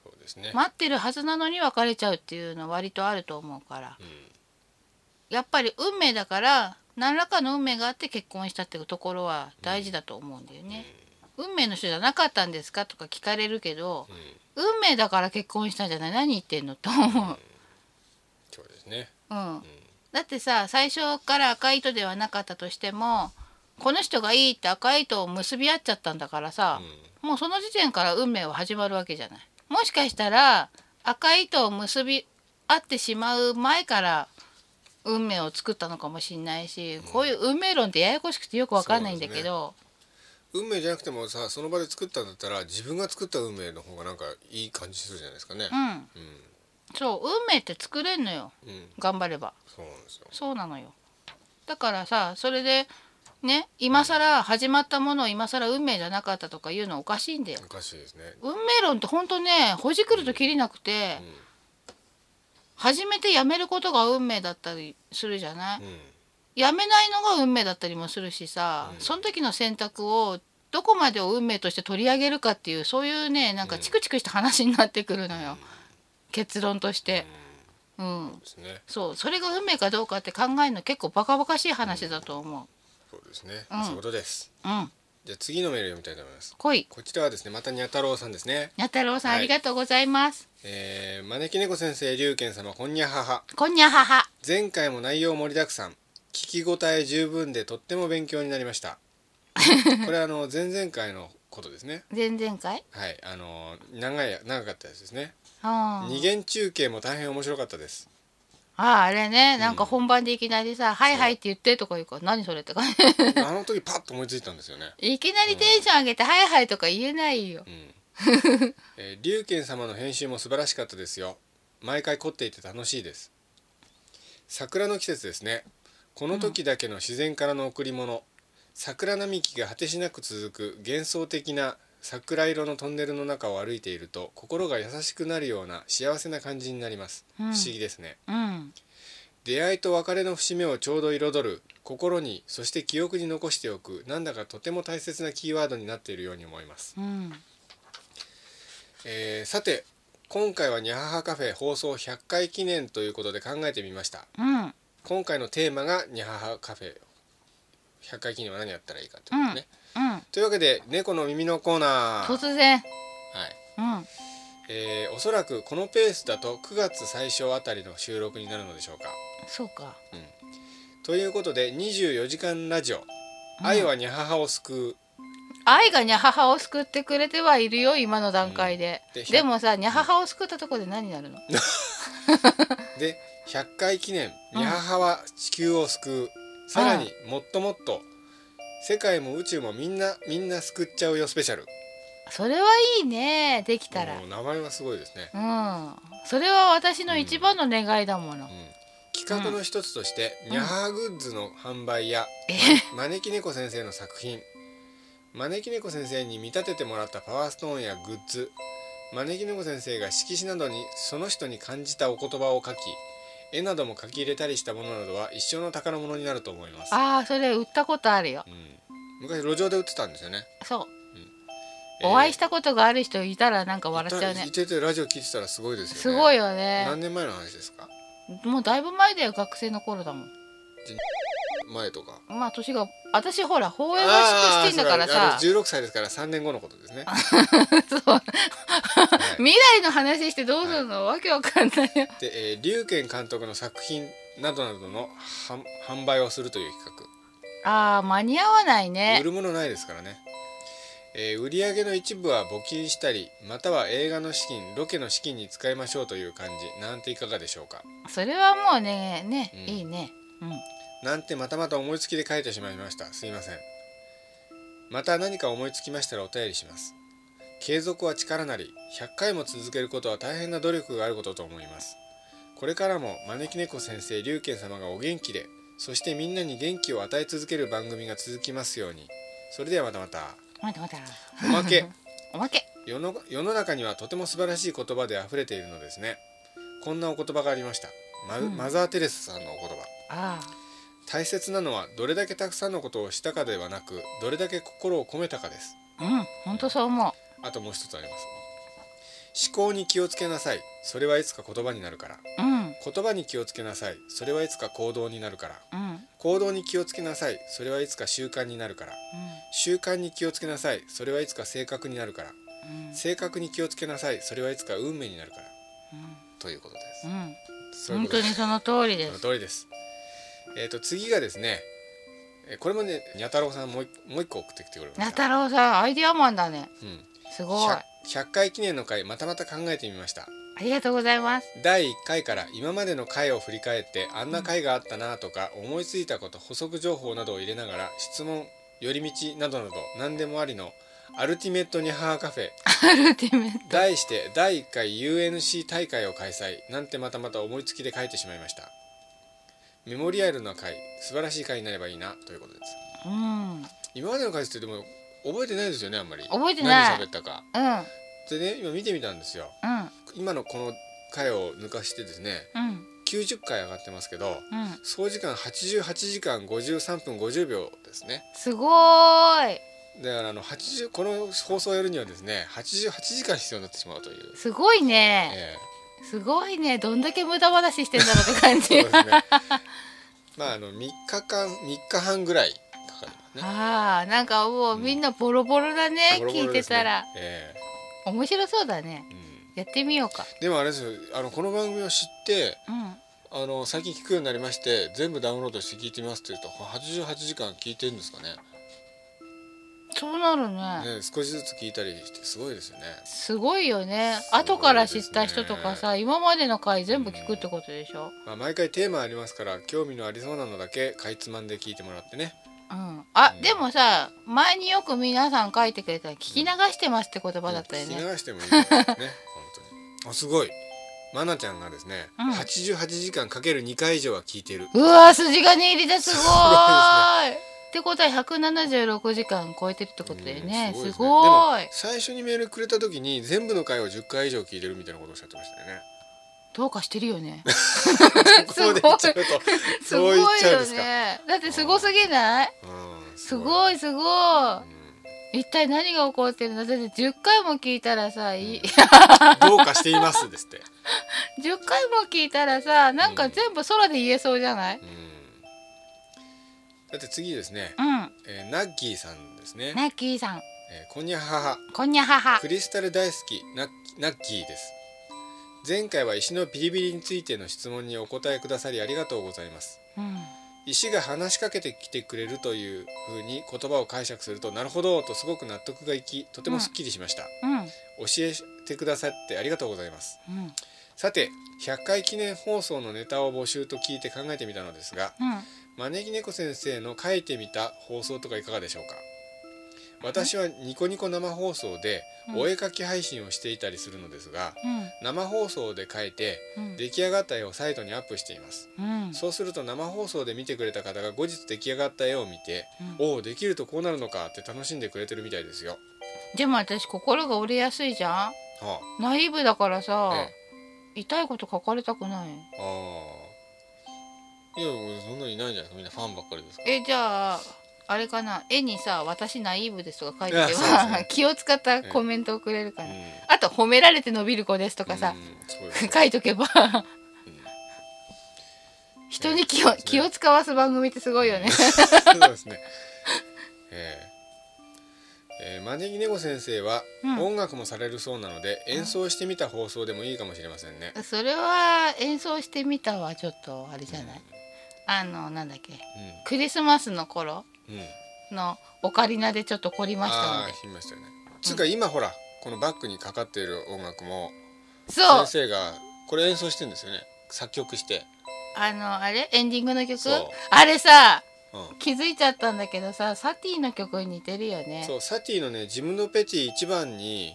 S2: そうですね、
S1: 待ってるはずなのに別れちゃうっていうのは割とあると思うから
S2: うん、
S1: やっぱり運命だから何らかの運命があって結婚したっていうところは大事だと思うんだよね。運命の人じゃなかったんですかとか聞かれるけど
S2: うん、
S1: 運命だから結婚したんじゃない何言ってんのと思う。
S2: そうですね、
S1: うん
S2: う、ん
S1: だってさ最初から赤い糸ではなかったとしてもこの人がいいって赤い糸を結び合っちゃったんだからさ、もうその時点から運命は始まるわけじゃないもしかしたら赤い糸を結び合ってしまう前から運命を作ったのかもしれないし、こういう運命論ってややこしくてよくわかんないんだけど
S2: うん、運命じゃなくてもさその場で作ったんだったら自分が作った運命の方がなんかいい感じするじゃないですかね
S1: う,、んそう運命って作れんのよ
S2: うん、うん
S1: 頑張れば
S2: そうなんですよ、
S1: そうなのよだからさそれでね今更始まったものを今更運命じゃなかったとか言うのおかしいんだよ
S2: おかしいですね、
S1: 運命論ってほんとねほじくるときりなくて、
S2: うん
S1: 始めてやめることが運命だったりするじゃない、
S2: うん
S1: やめないのが運命だったりもするしさ、
S2: うん
S1: その時の選択をどこまでを運命として取り上げるかっていうそういうねなんかチクチクした話になってくるのよ、結論として、うん
S2: ですね
S1: そうそれが運命かどうかって考えるの結構バカバカしい話だと思
S2: そうですね、
S1: うん
S2: そういうことです
S1: ううん
S2: じゃあ次のメール読みたいと思います
S1: 来い
S2: こちらはですねまたにゃ太郎さんですね
S1: にゃ太郎さん、
S2: はい
S1: ありがとうございます
S2: えー、招き猫先生龍賢様こんにゃはは
S1: こんにゃはは
S2: 前回も内容盛りだくさん聞き応え十分でとっても勉強になりました
S1: (laughs)
S2: これあの前々回のことですね
S1: 前々回
S2: はいあの長い長かったやつですね
S1: あー
S2: 二元中継も大変面白かったです
S1: あーあれねなんか本番でいきなりさ「はいはい」って言ってとか言うから何それって感じ (laughs)
S2: あの時パッと思いついたんですよね
S1: いきなりテンション上げて「はいはい」とか言えないよ
S2: うんえー龍賢様の編集も素晴らしかったですよ毎回凝っていて楽しいです桜の季節ですねこの時だけの自然からの贈り物、桜並木が果てしなく続く幻想的な桜色のトンネルの中を歩いていると心が優しくなるような幸せな感じになります、
S1: うん
S2: 不思議ですね
S1: うん
S2: 出会いと別れの節目をちょうど彩る心にそして記憶に残しておくなんだかとても大切なキーワードになっているように思います
S1: うん
S2: えーさて今回はニャハハカフェ放送100回記念ということで考えてみました
S1: うん
S2: 今回のテーマがニャハハカフェ100回記念は何やったらいいかということね、
S1: うん
S2: というわけで猫の耳のコーナー、はい
S1: 突然うん
S2: えーおそらくこのペースだと9月最初あたりの収録になるのでしょうか
S1: そうか
S2: ということで24時間ラジオ「
S1: ん
S2: 愛はニャハハを救う」
S1: 愛がにゃははを救ってくれてはいるよ今の段階で、
S2: うんで
S1: でもさにゃははを救ったところで何になるの
S2: で100回記念「
S1: うん
S2: ニャハハは地球を救う」さらにもっともっと世界も宇宙もみんなみんな救っちゃうよスペシャル
S1: それはいいねできたら
S2: もう名前はすごいですね、
S1: うんそれは私の一番の願いだもの、
S2: うん企画の一つとして、ニャハハグッズの販売や、招き猫先生の作品招き猫先生に見立ててもらったパワーストーンやグッズ招き猫先生が色紙などにその人に感じたお言葉を書き絵なども書き入れたりしたものなどは一生の宝物になると思います
S1: ああそれ売ったことあるよ
S2: うん、昔路上で売ってたんですよね。
S1: そう
S2: えー
S1: お会いしたことがある人いたらなんか笑っちゃう
S2: いた
S1: ね
S2: いててラジオ聞いてたらすごいですよね。
S1: すご
S2: い。
S1: いよね
S2: 何年前の話ですか。
S1: もうだいぶ前だよ学生の頃だもん
S2: 前とか。
S1: まあ年が私ほら法
S2: あ
S1: 営合宿してんだからさ
S2: 十六歳ですから三年後のこと
S1: (laughs)
S2: ですね。
S1: そう
S2: はい
S1: 未来の話してどうするの、わけわかんないよ
S2: で、えー、龍賢監督の作品などなどの販販売をするという企
S1: あー間に合わない
S2: 画。売
S1: ね
S2: るものないですからね。えー売上の一部は募金したりまたは映画の資金ロケの資金に使いましょうという感じなんていかがでしょうか
S1: それはもうねね、
S2: うん
S1: いいねうん
S2: なんてまたまた思いつきで書いてしまいましたすいませんまた何か思いつきましたらお便りします継続は力なり100回も続けることは大変な努力があることと思いますこれからも招き猫先生龍賢様がお元気でそしてみんなに元気を与え続ける番組が続きますようにそれではまたまた
S1: 待って待って
S2: お
S1: (laughs)
S2: まけ
S1: おまけ
S2: 世の世の中にはとても素晴らしい言葉で溢れているのですねこんなお言葉がありました、マ
S1: うん
S2: マザー・テレスさんのお言葉
S1: あ
S2: 大切なのはどれだけたくさんのことをしたかではなくどれだけ心を込めたかです
S1: あうんほんとそう思う
S2: あともう一つあります思考に気をつけなさいそれはいつか言葉になるから
S1: うん
S2: 言葉に気をつけなさいそれはいつか行動になるから
S1: うん
S2: 行動に気をつけなさいそれはいつか習慣になるから習慣に気をつけなさいそれはいつか性格になるから
S1: うん
S2: 性格に気をつけなさいそれはいつか運命になるからということで
S1: うんうん
S2: すそういう
S1: 本
S2: ことで
S1: 当
S2: す
S1: にその通りで
S2: その
S1: す。
S2: 通りです。えっ、と次がですね、えーこれもね、にゃ太郎さんもう一もう一個送ってきてくれました。
S1: なたろうさん、アイディアマンだね。
S2: うん。
S1: すごい
S2: 100。100回記念の回またまた考えてみました。
S1: ありがとうございます。
S2: 第1回から今までの回を振り返ってあんな回があったなとか思いついたこと補足情報などを入れながら質問寄り道などなど何でもありのアルティメットニャハーカフェ
S1: アルティメット。
S2: 題して第1回 UNC 大会を開催なんてまたまた思いつきで書いてしまいましたメモリアルな回素晴らしい回になればいいなということです
S1: うん。うん。
S2: 今までの回数ってでも覚えてないですよねあんまり
S1: 覚えてない
S2: 何喋ったか
S1: うん。
S2: でね今見てみたんですよ
S1: うん。
S2: 今のこの回を抜かしてですね
S1: うん。
S2: 90回上がってますけど
S1: うん。
S2: 総時間88時間53分50秒ですね
S1: すごーい。
S2: だからあの80この放送をやるにはですね88時間必要になってしまうという
S1: すごいね。
S2: え
S1: すごいねどんだけ無駄話してんだろうって感
S2: そう
S1: じ、
S2: ですね (laughs) まああの3日間3日半ぐらいかかるのね
S1: ああなんかもうみんなボロボロだね、
S2: ボロボ
S1: 聞い
S2: ロ
S1: て
S2: ですね
S1: たら、
S2: え
S1: 面白そうだね
S2: えうん
S1: やってみようか
S2: でもあれですよあのこの番組を知って
S1: うん
S2: あの最近聞くようになりまして全部ダウンロードして聞いてみますって言うと88時間聞いてるんですかね
S1: そうなるね
S2: ね少しずつ聞いたりしてすごいですよね
S1: すごいよね
S2: ごいですね
S1: 後から知った人とかさ今までの回全部聞くってことでしょ、
S2: まあ、毎回テーマありますから興味のありそうなのだけかいつまんで聞いてもらってね
S1: うん、あ、
S2: うん
S1: でもさ前によく皆さん書いてくれた「聞き流してます」って言葉だったよね
S2: 聞き流してもいいと思うね
S1: (laughs)
S2: 本当にあすごいマナちゃんがですね、
S1: うん
S2: 88時間かける2回以上は聞いてる
S1: うわー筋金入りだすご
S2: すご
S1: ーいってことは176時間超えてるってことだよね、
S2: うん
S1: す
S2: ですね
S1: ごーい
S2: でも最初にメールくれた時に全部の回を10回以上聞いてるみたいなことをおっしゃってましたよ
S1: (laughs)
S2: ね
S1: どうかしてるよね
S2: こ
S1: すご
S2: こ
S1: い
S2: で言っちゃう
S1: (laughs)
S2: と
S1: す
S2: (laughs) そう
S1: ご
S2: 言っ
S1: い
S2: ちゃうん
S1: よ
S2: ですか、
S1: ねだってすごすぎない
S2: うん、
S1: すご (laughs)
S2: い、
S1: いすご
S2: う
S1: い
S2: ん
S1: 一体何が起こってるのだって10回も聞いたらさ、い (laughs)
S2: どうかしていますですって、
S1: 10回も聞いたらさなんか全部空で言えそうじゃない
S2: うん、だって次ですね、
S1: うん
S2: えーナッキーさんですね、
S1: ナッキーさん
S2: えーこんにゃはは
S1: こんにゃはは
S2: クリスタル大好きナッナッキーです前回は石のビリビリについての質問にお答えくださりありがとうございます
S1: うん
S2: 石が話しかけてきてくれるという風に言葉を解釈するとなるほどとすごく納得がいきとてもすっきりしました、
S1: うん
S2: 教えてくださってありがとうございます
S1: うん
S2: さて100回記念放送のネタを募集と聞いて考えてみたのですが
S1: うん
S2: 招き猫先生の書いてみた放送とかいかがでしょうか私はニコニコ生放送で
S1: うん
S2: お絵かき配信をしていたりするのですが、
S1: うん
S2: 生放送で書いて
S1: うん
S2: 出来上がった絵をサイトにアップしています
S1: うん
S2: そうすると生放送で見てくれた方が後日出来上がった絵を見て、
S1: う
S2: おおできるとこうなるのかって楽しんでくれてるみたいですよ、
S1: でも私心が折れやすいじゃん
S2: は
S1: ナイーブだからさ、
S2: え
S1: 痛いこと書かれたくない
S2: あ、ああいやそんなにいないんじゃないですかみんなファンばっかりですか
S1: えじゃああれかな絵にさ「私ナイーブです」とか書いて
S2: あ
S1: れ
S2: そうです
S1: ば、(laughs)
S2: ね、
S1: 気を使ったコメントをくれるからら、
S2: うん
S1: あと「褒められて伸びる子です」とかさ
S2: う、んそうですね
S1: (laughs) 書いとけば人に気を,、
S2: ね
S1: 気を使わす番組ってすごいよね
S2: (laughs) そうですね。えええー、招き猫先生は
S1: うん
S2: 音楽もされるそうなので、演奏してみた放送でもいいかもしれませんね。
S1: それは演奏してみたはちょっとあれじゃない、あのなんだっけクリスマスの頃
S2: うん、うん、
S1: のオカリナでちょっと凝りましたの
S2: ああ
S1: で
S2: ー、弾きましたよね。つうか今ほらこのバックにかかっている音楽も
S1: そう
S2: 先生がこれ演奏してるんですよね。作曲して。
S1: あのあれエンディングの曲
S2: そう
S1: あれさ
S2: うん。
S1: 気づいちゃったんだけどさサティの曲に似てるよね
S2: そうサティのねジムノペティ一番に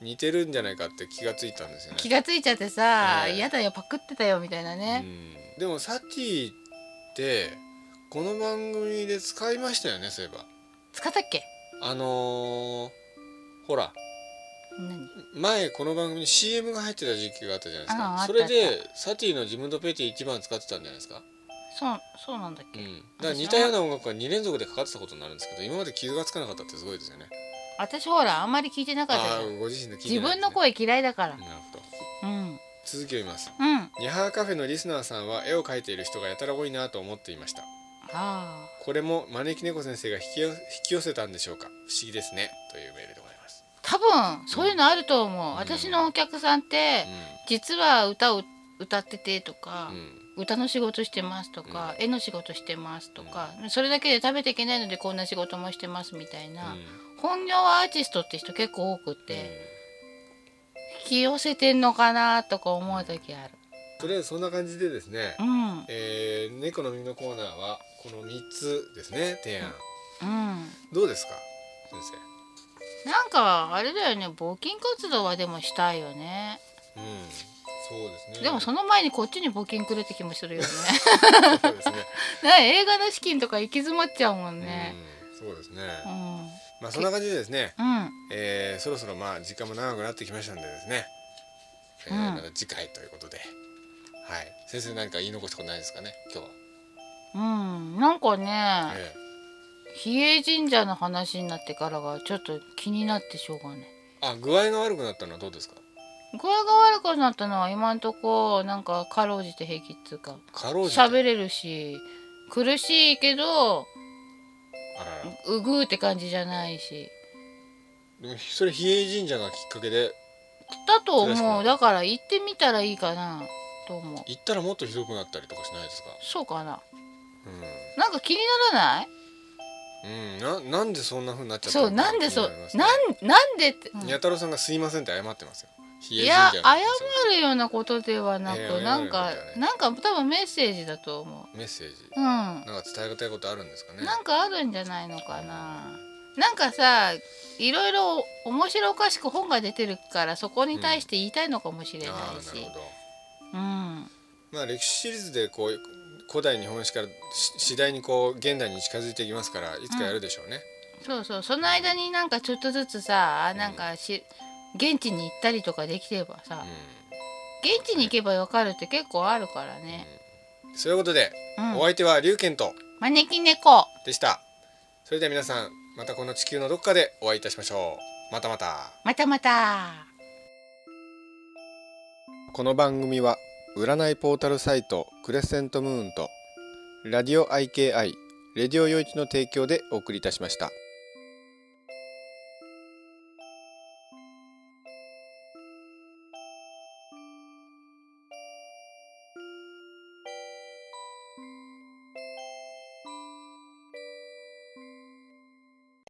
S2: 似てるんじゃないかって気がついたんですよね。
S1: 気がついちゃってさ
S2: ねえ
S1: 嫌、だよパクってたよみたいなね、
S2: うん、でもサティってこの番組で使いましたよねそういえば
S1: 使ったっけ
S2: あのーほら
S1: 何
S2: 前この番組に CM が入ってた時期があったじゃないです
S1: あああ
S2: か
S1: った
S2: それでサティの「ジムドペティ」1番使ってたんじゃないですか、
S1: そうそうなんだっ
S2: う
S1: け、
S2: ん、だから似たような音楽が2連続でかかってたことになるんですけど今まで傷がつかなかったってすごいですよね
S1: 私ほらあんまり聞いてなかったじゃ
S2: ああ
S1: ん
S2: ーご自身で聞いて
S1: 自
S2: ない
S1: 分の
S2: ですね
S1: 声嫌いだから
S2: なるほど
S1: うん
S2: 続きを見ます
S1: うんあ
S2: ニャハーカフェのリスナーさんは絵を描いている人がやたら多いなと思っていました
S1: あ
S2: これも招き猫先生が引きよ引き寄せたんでしょうか不思議ですねというメールでございます、
S1: 多分そういうのあると思う、
S2: うん
S1: 私のお客さんって、実は歌を歌っててとか、
S2: うん
S1: 歌の仕事してますとか、絵の仕事してますとか、それだけで食べていけないのでこんな仕事もしてますみたいな、本業アーティストって人結構多く
S2: うんうん
S1: て、引き寄せてんのかなとか思う時ある。
S2: とりあえずそんな感じでですね
S1: う、ん、うん、
S2: えー猫の耳のコーナーはこの3つですね提案、どうですか先
S1: なんかあれだよね募金活動はでもしたいよね、
S2: 生うんそうですね
S1: でもそ
S2: の
S1: の前にこっちに募金くれって気もするよね
S2: そうですね
S1: なんか映画の資金とか行き詰まっちゃうもんね
S2: うんそうですね、
S1: うん、
S2: まあそんな感じでですね、
S1: うん、
S2: えーそろそろまあ時間も長くなってきましたんでですね、えー
S1: うん
S2: また次回ということではい先生何か言い残したことないですかね今日は、
S1: うん、なんかね、
S2: え
S1: 比叡神社の話になってからがちょっと気になってしょうがない
S2: ーあ具合が悪くなったのはどうですか
S1: 具合が悪くなったのは今んとこなんかかろうじて平気っつうか
S2: かろうじて
S1: 喋れるし苦しいけど
S2: あらら
S1: うぐーって感じじゃないし
S2: でもそれ比叡神社がきっかけで
S1: だと
S2: それしかな
S1: 思
S2: いう
S1: だから行ってみたらいいかなと思う
S2: 行ったらもっとひどくなったりとかしないですか
S1: そうかななんか気にならない
S2: うん、うん、ななんでそんな風になっちゃった
S1: そう
S2: のか
S1: なんでそう
S2: 気にりますね
S1: なんなんでって、うん
S2: にゃ太郎さんが「すいません」って謝ってますよ比
S1: い
S2: 叡
S1: や
S2: 神社
S1: 謝
S2: の
S1: るようなことではなく、
S2: いや謝る
S1: なんか
S2: ことじゃない
S1: なんか多分メッセージだと思う
S2: メッセージ
S1: うんな
S2: なんか伝えたいことあるんですかね
S1: んかあるんじゃないのかななんかさいろいろ面白おかしく本が出てるからそこに対して言いたいのかもしれな
S2: あ
S1: い
S2: あなる
S1: し
S2: ほど
S1: うん
S2: まあ歴史シリーズでこう古代日本史からし次第にこう現代に近づいていきますからいつかやるでしょうね、
S1: そうそうその間になんかちょっとずつさなんかし現地に行ったりとかできればさ
S2: うん
S1: 現地に行けばわかるって結構あるからね
S2: そういうことで、
S1: うん
S2: お相手は龍賢と
S1: 招き猫
S2: でしたそれでは皆さんまたこの地球のどこかでお会いいたしましょうまたまた
S1: またまた
S2: この番組は占いポータルサイトクレセントムーンとラディオ IKI レディオイチの提供でお送りいたしました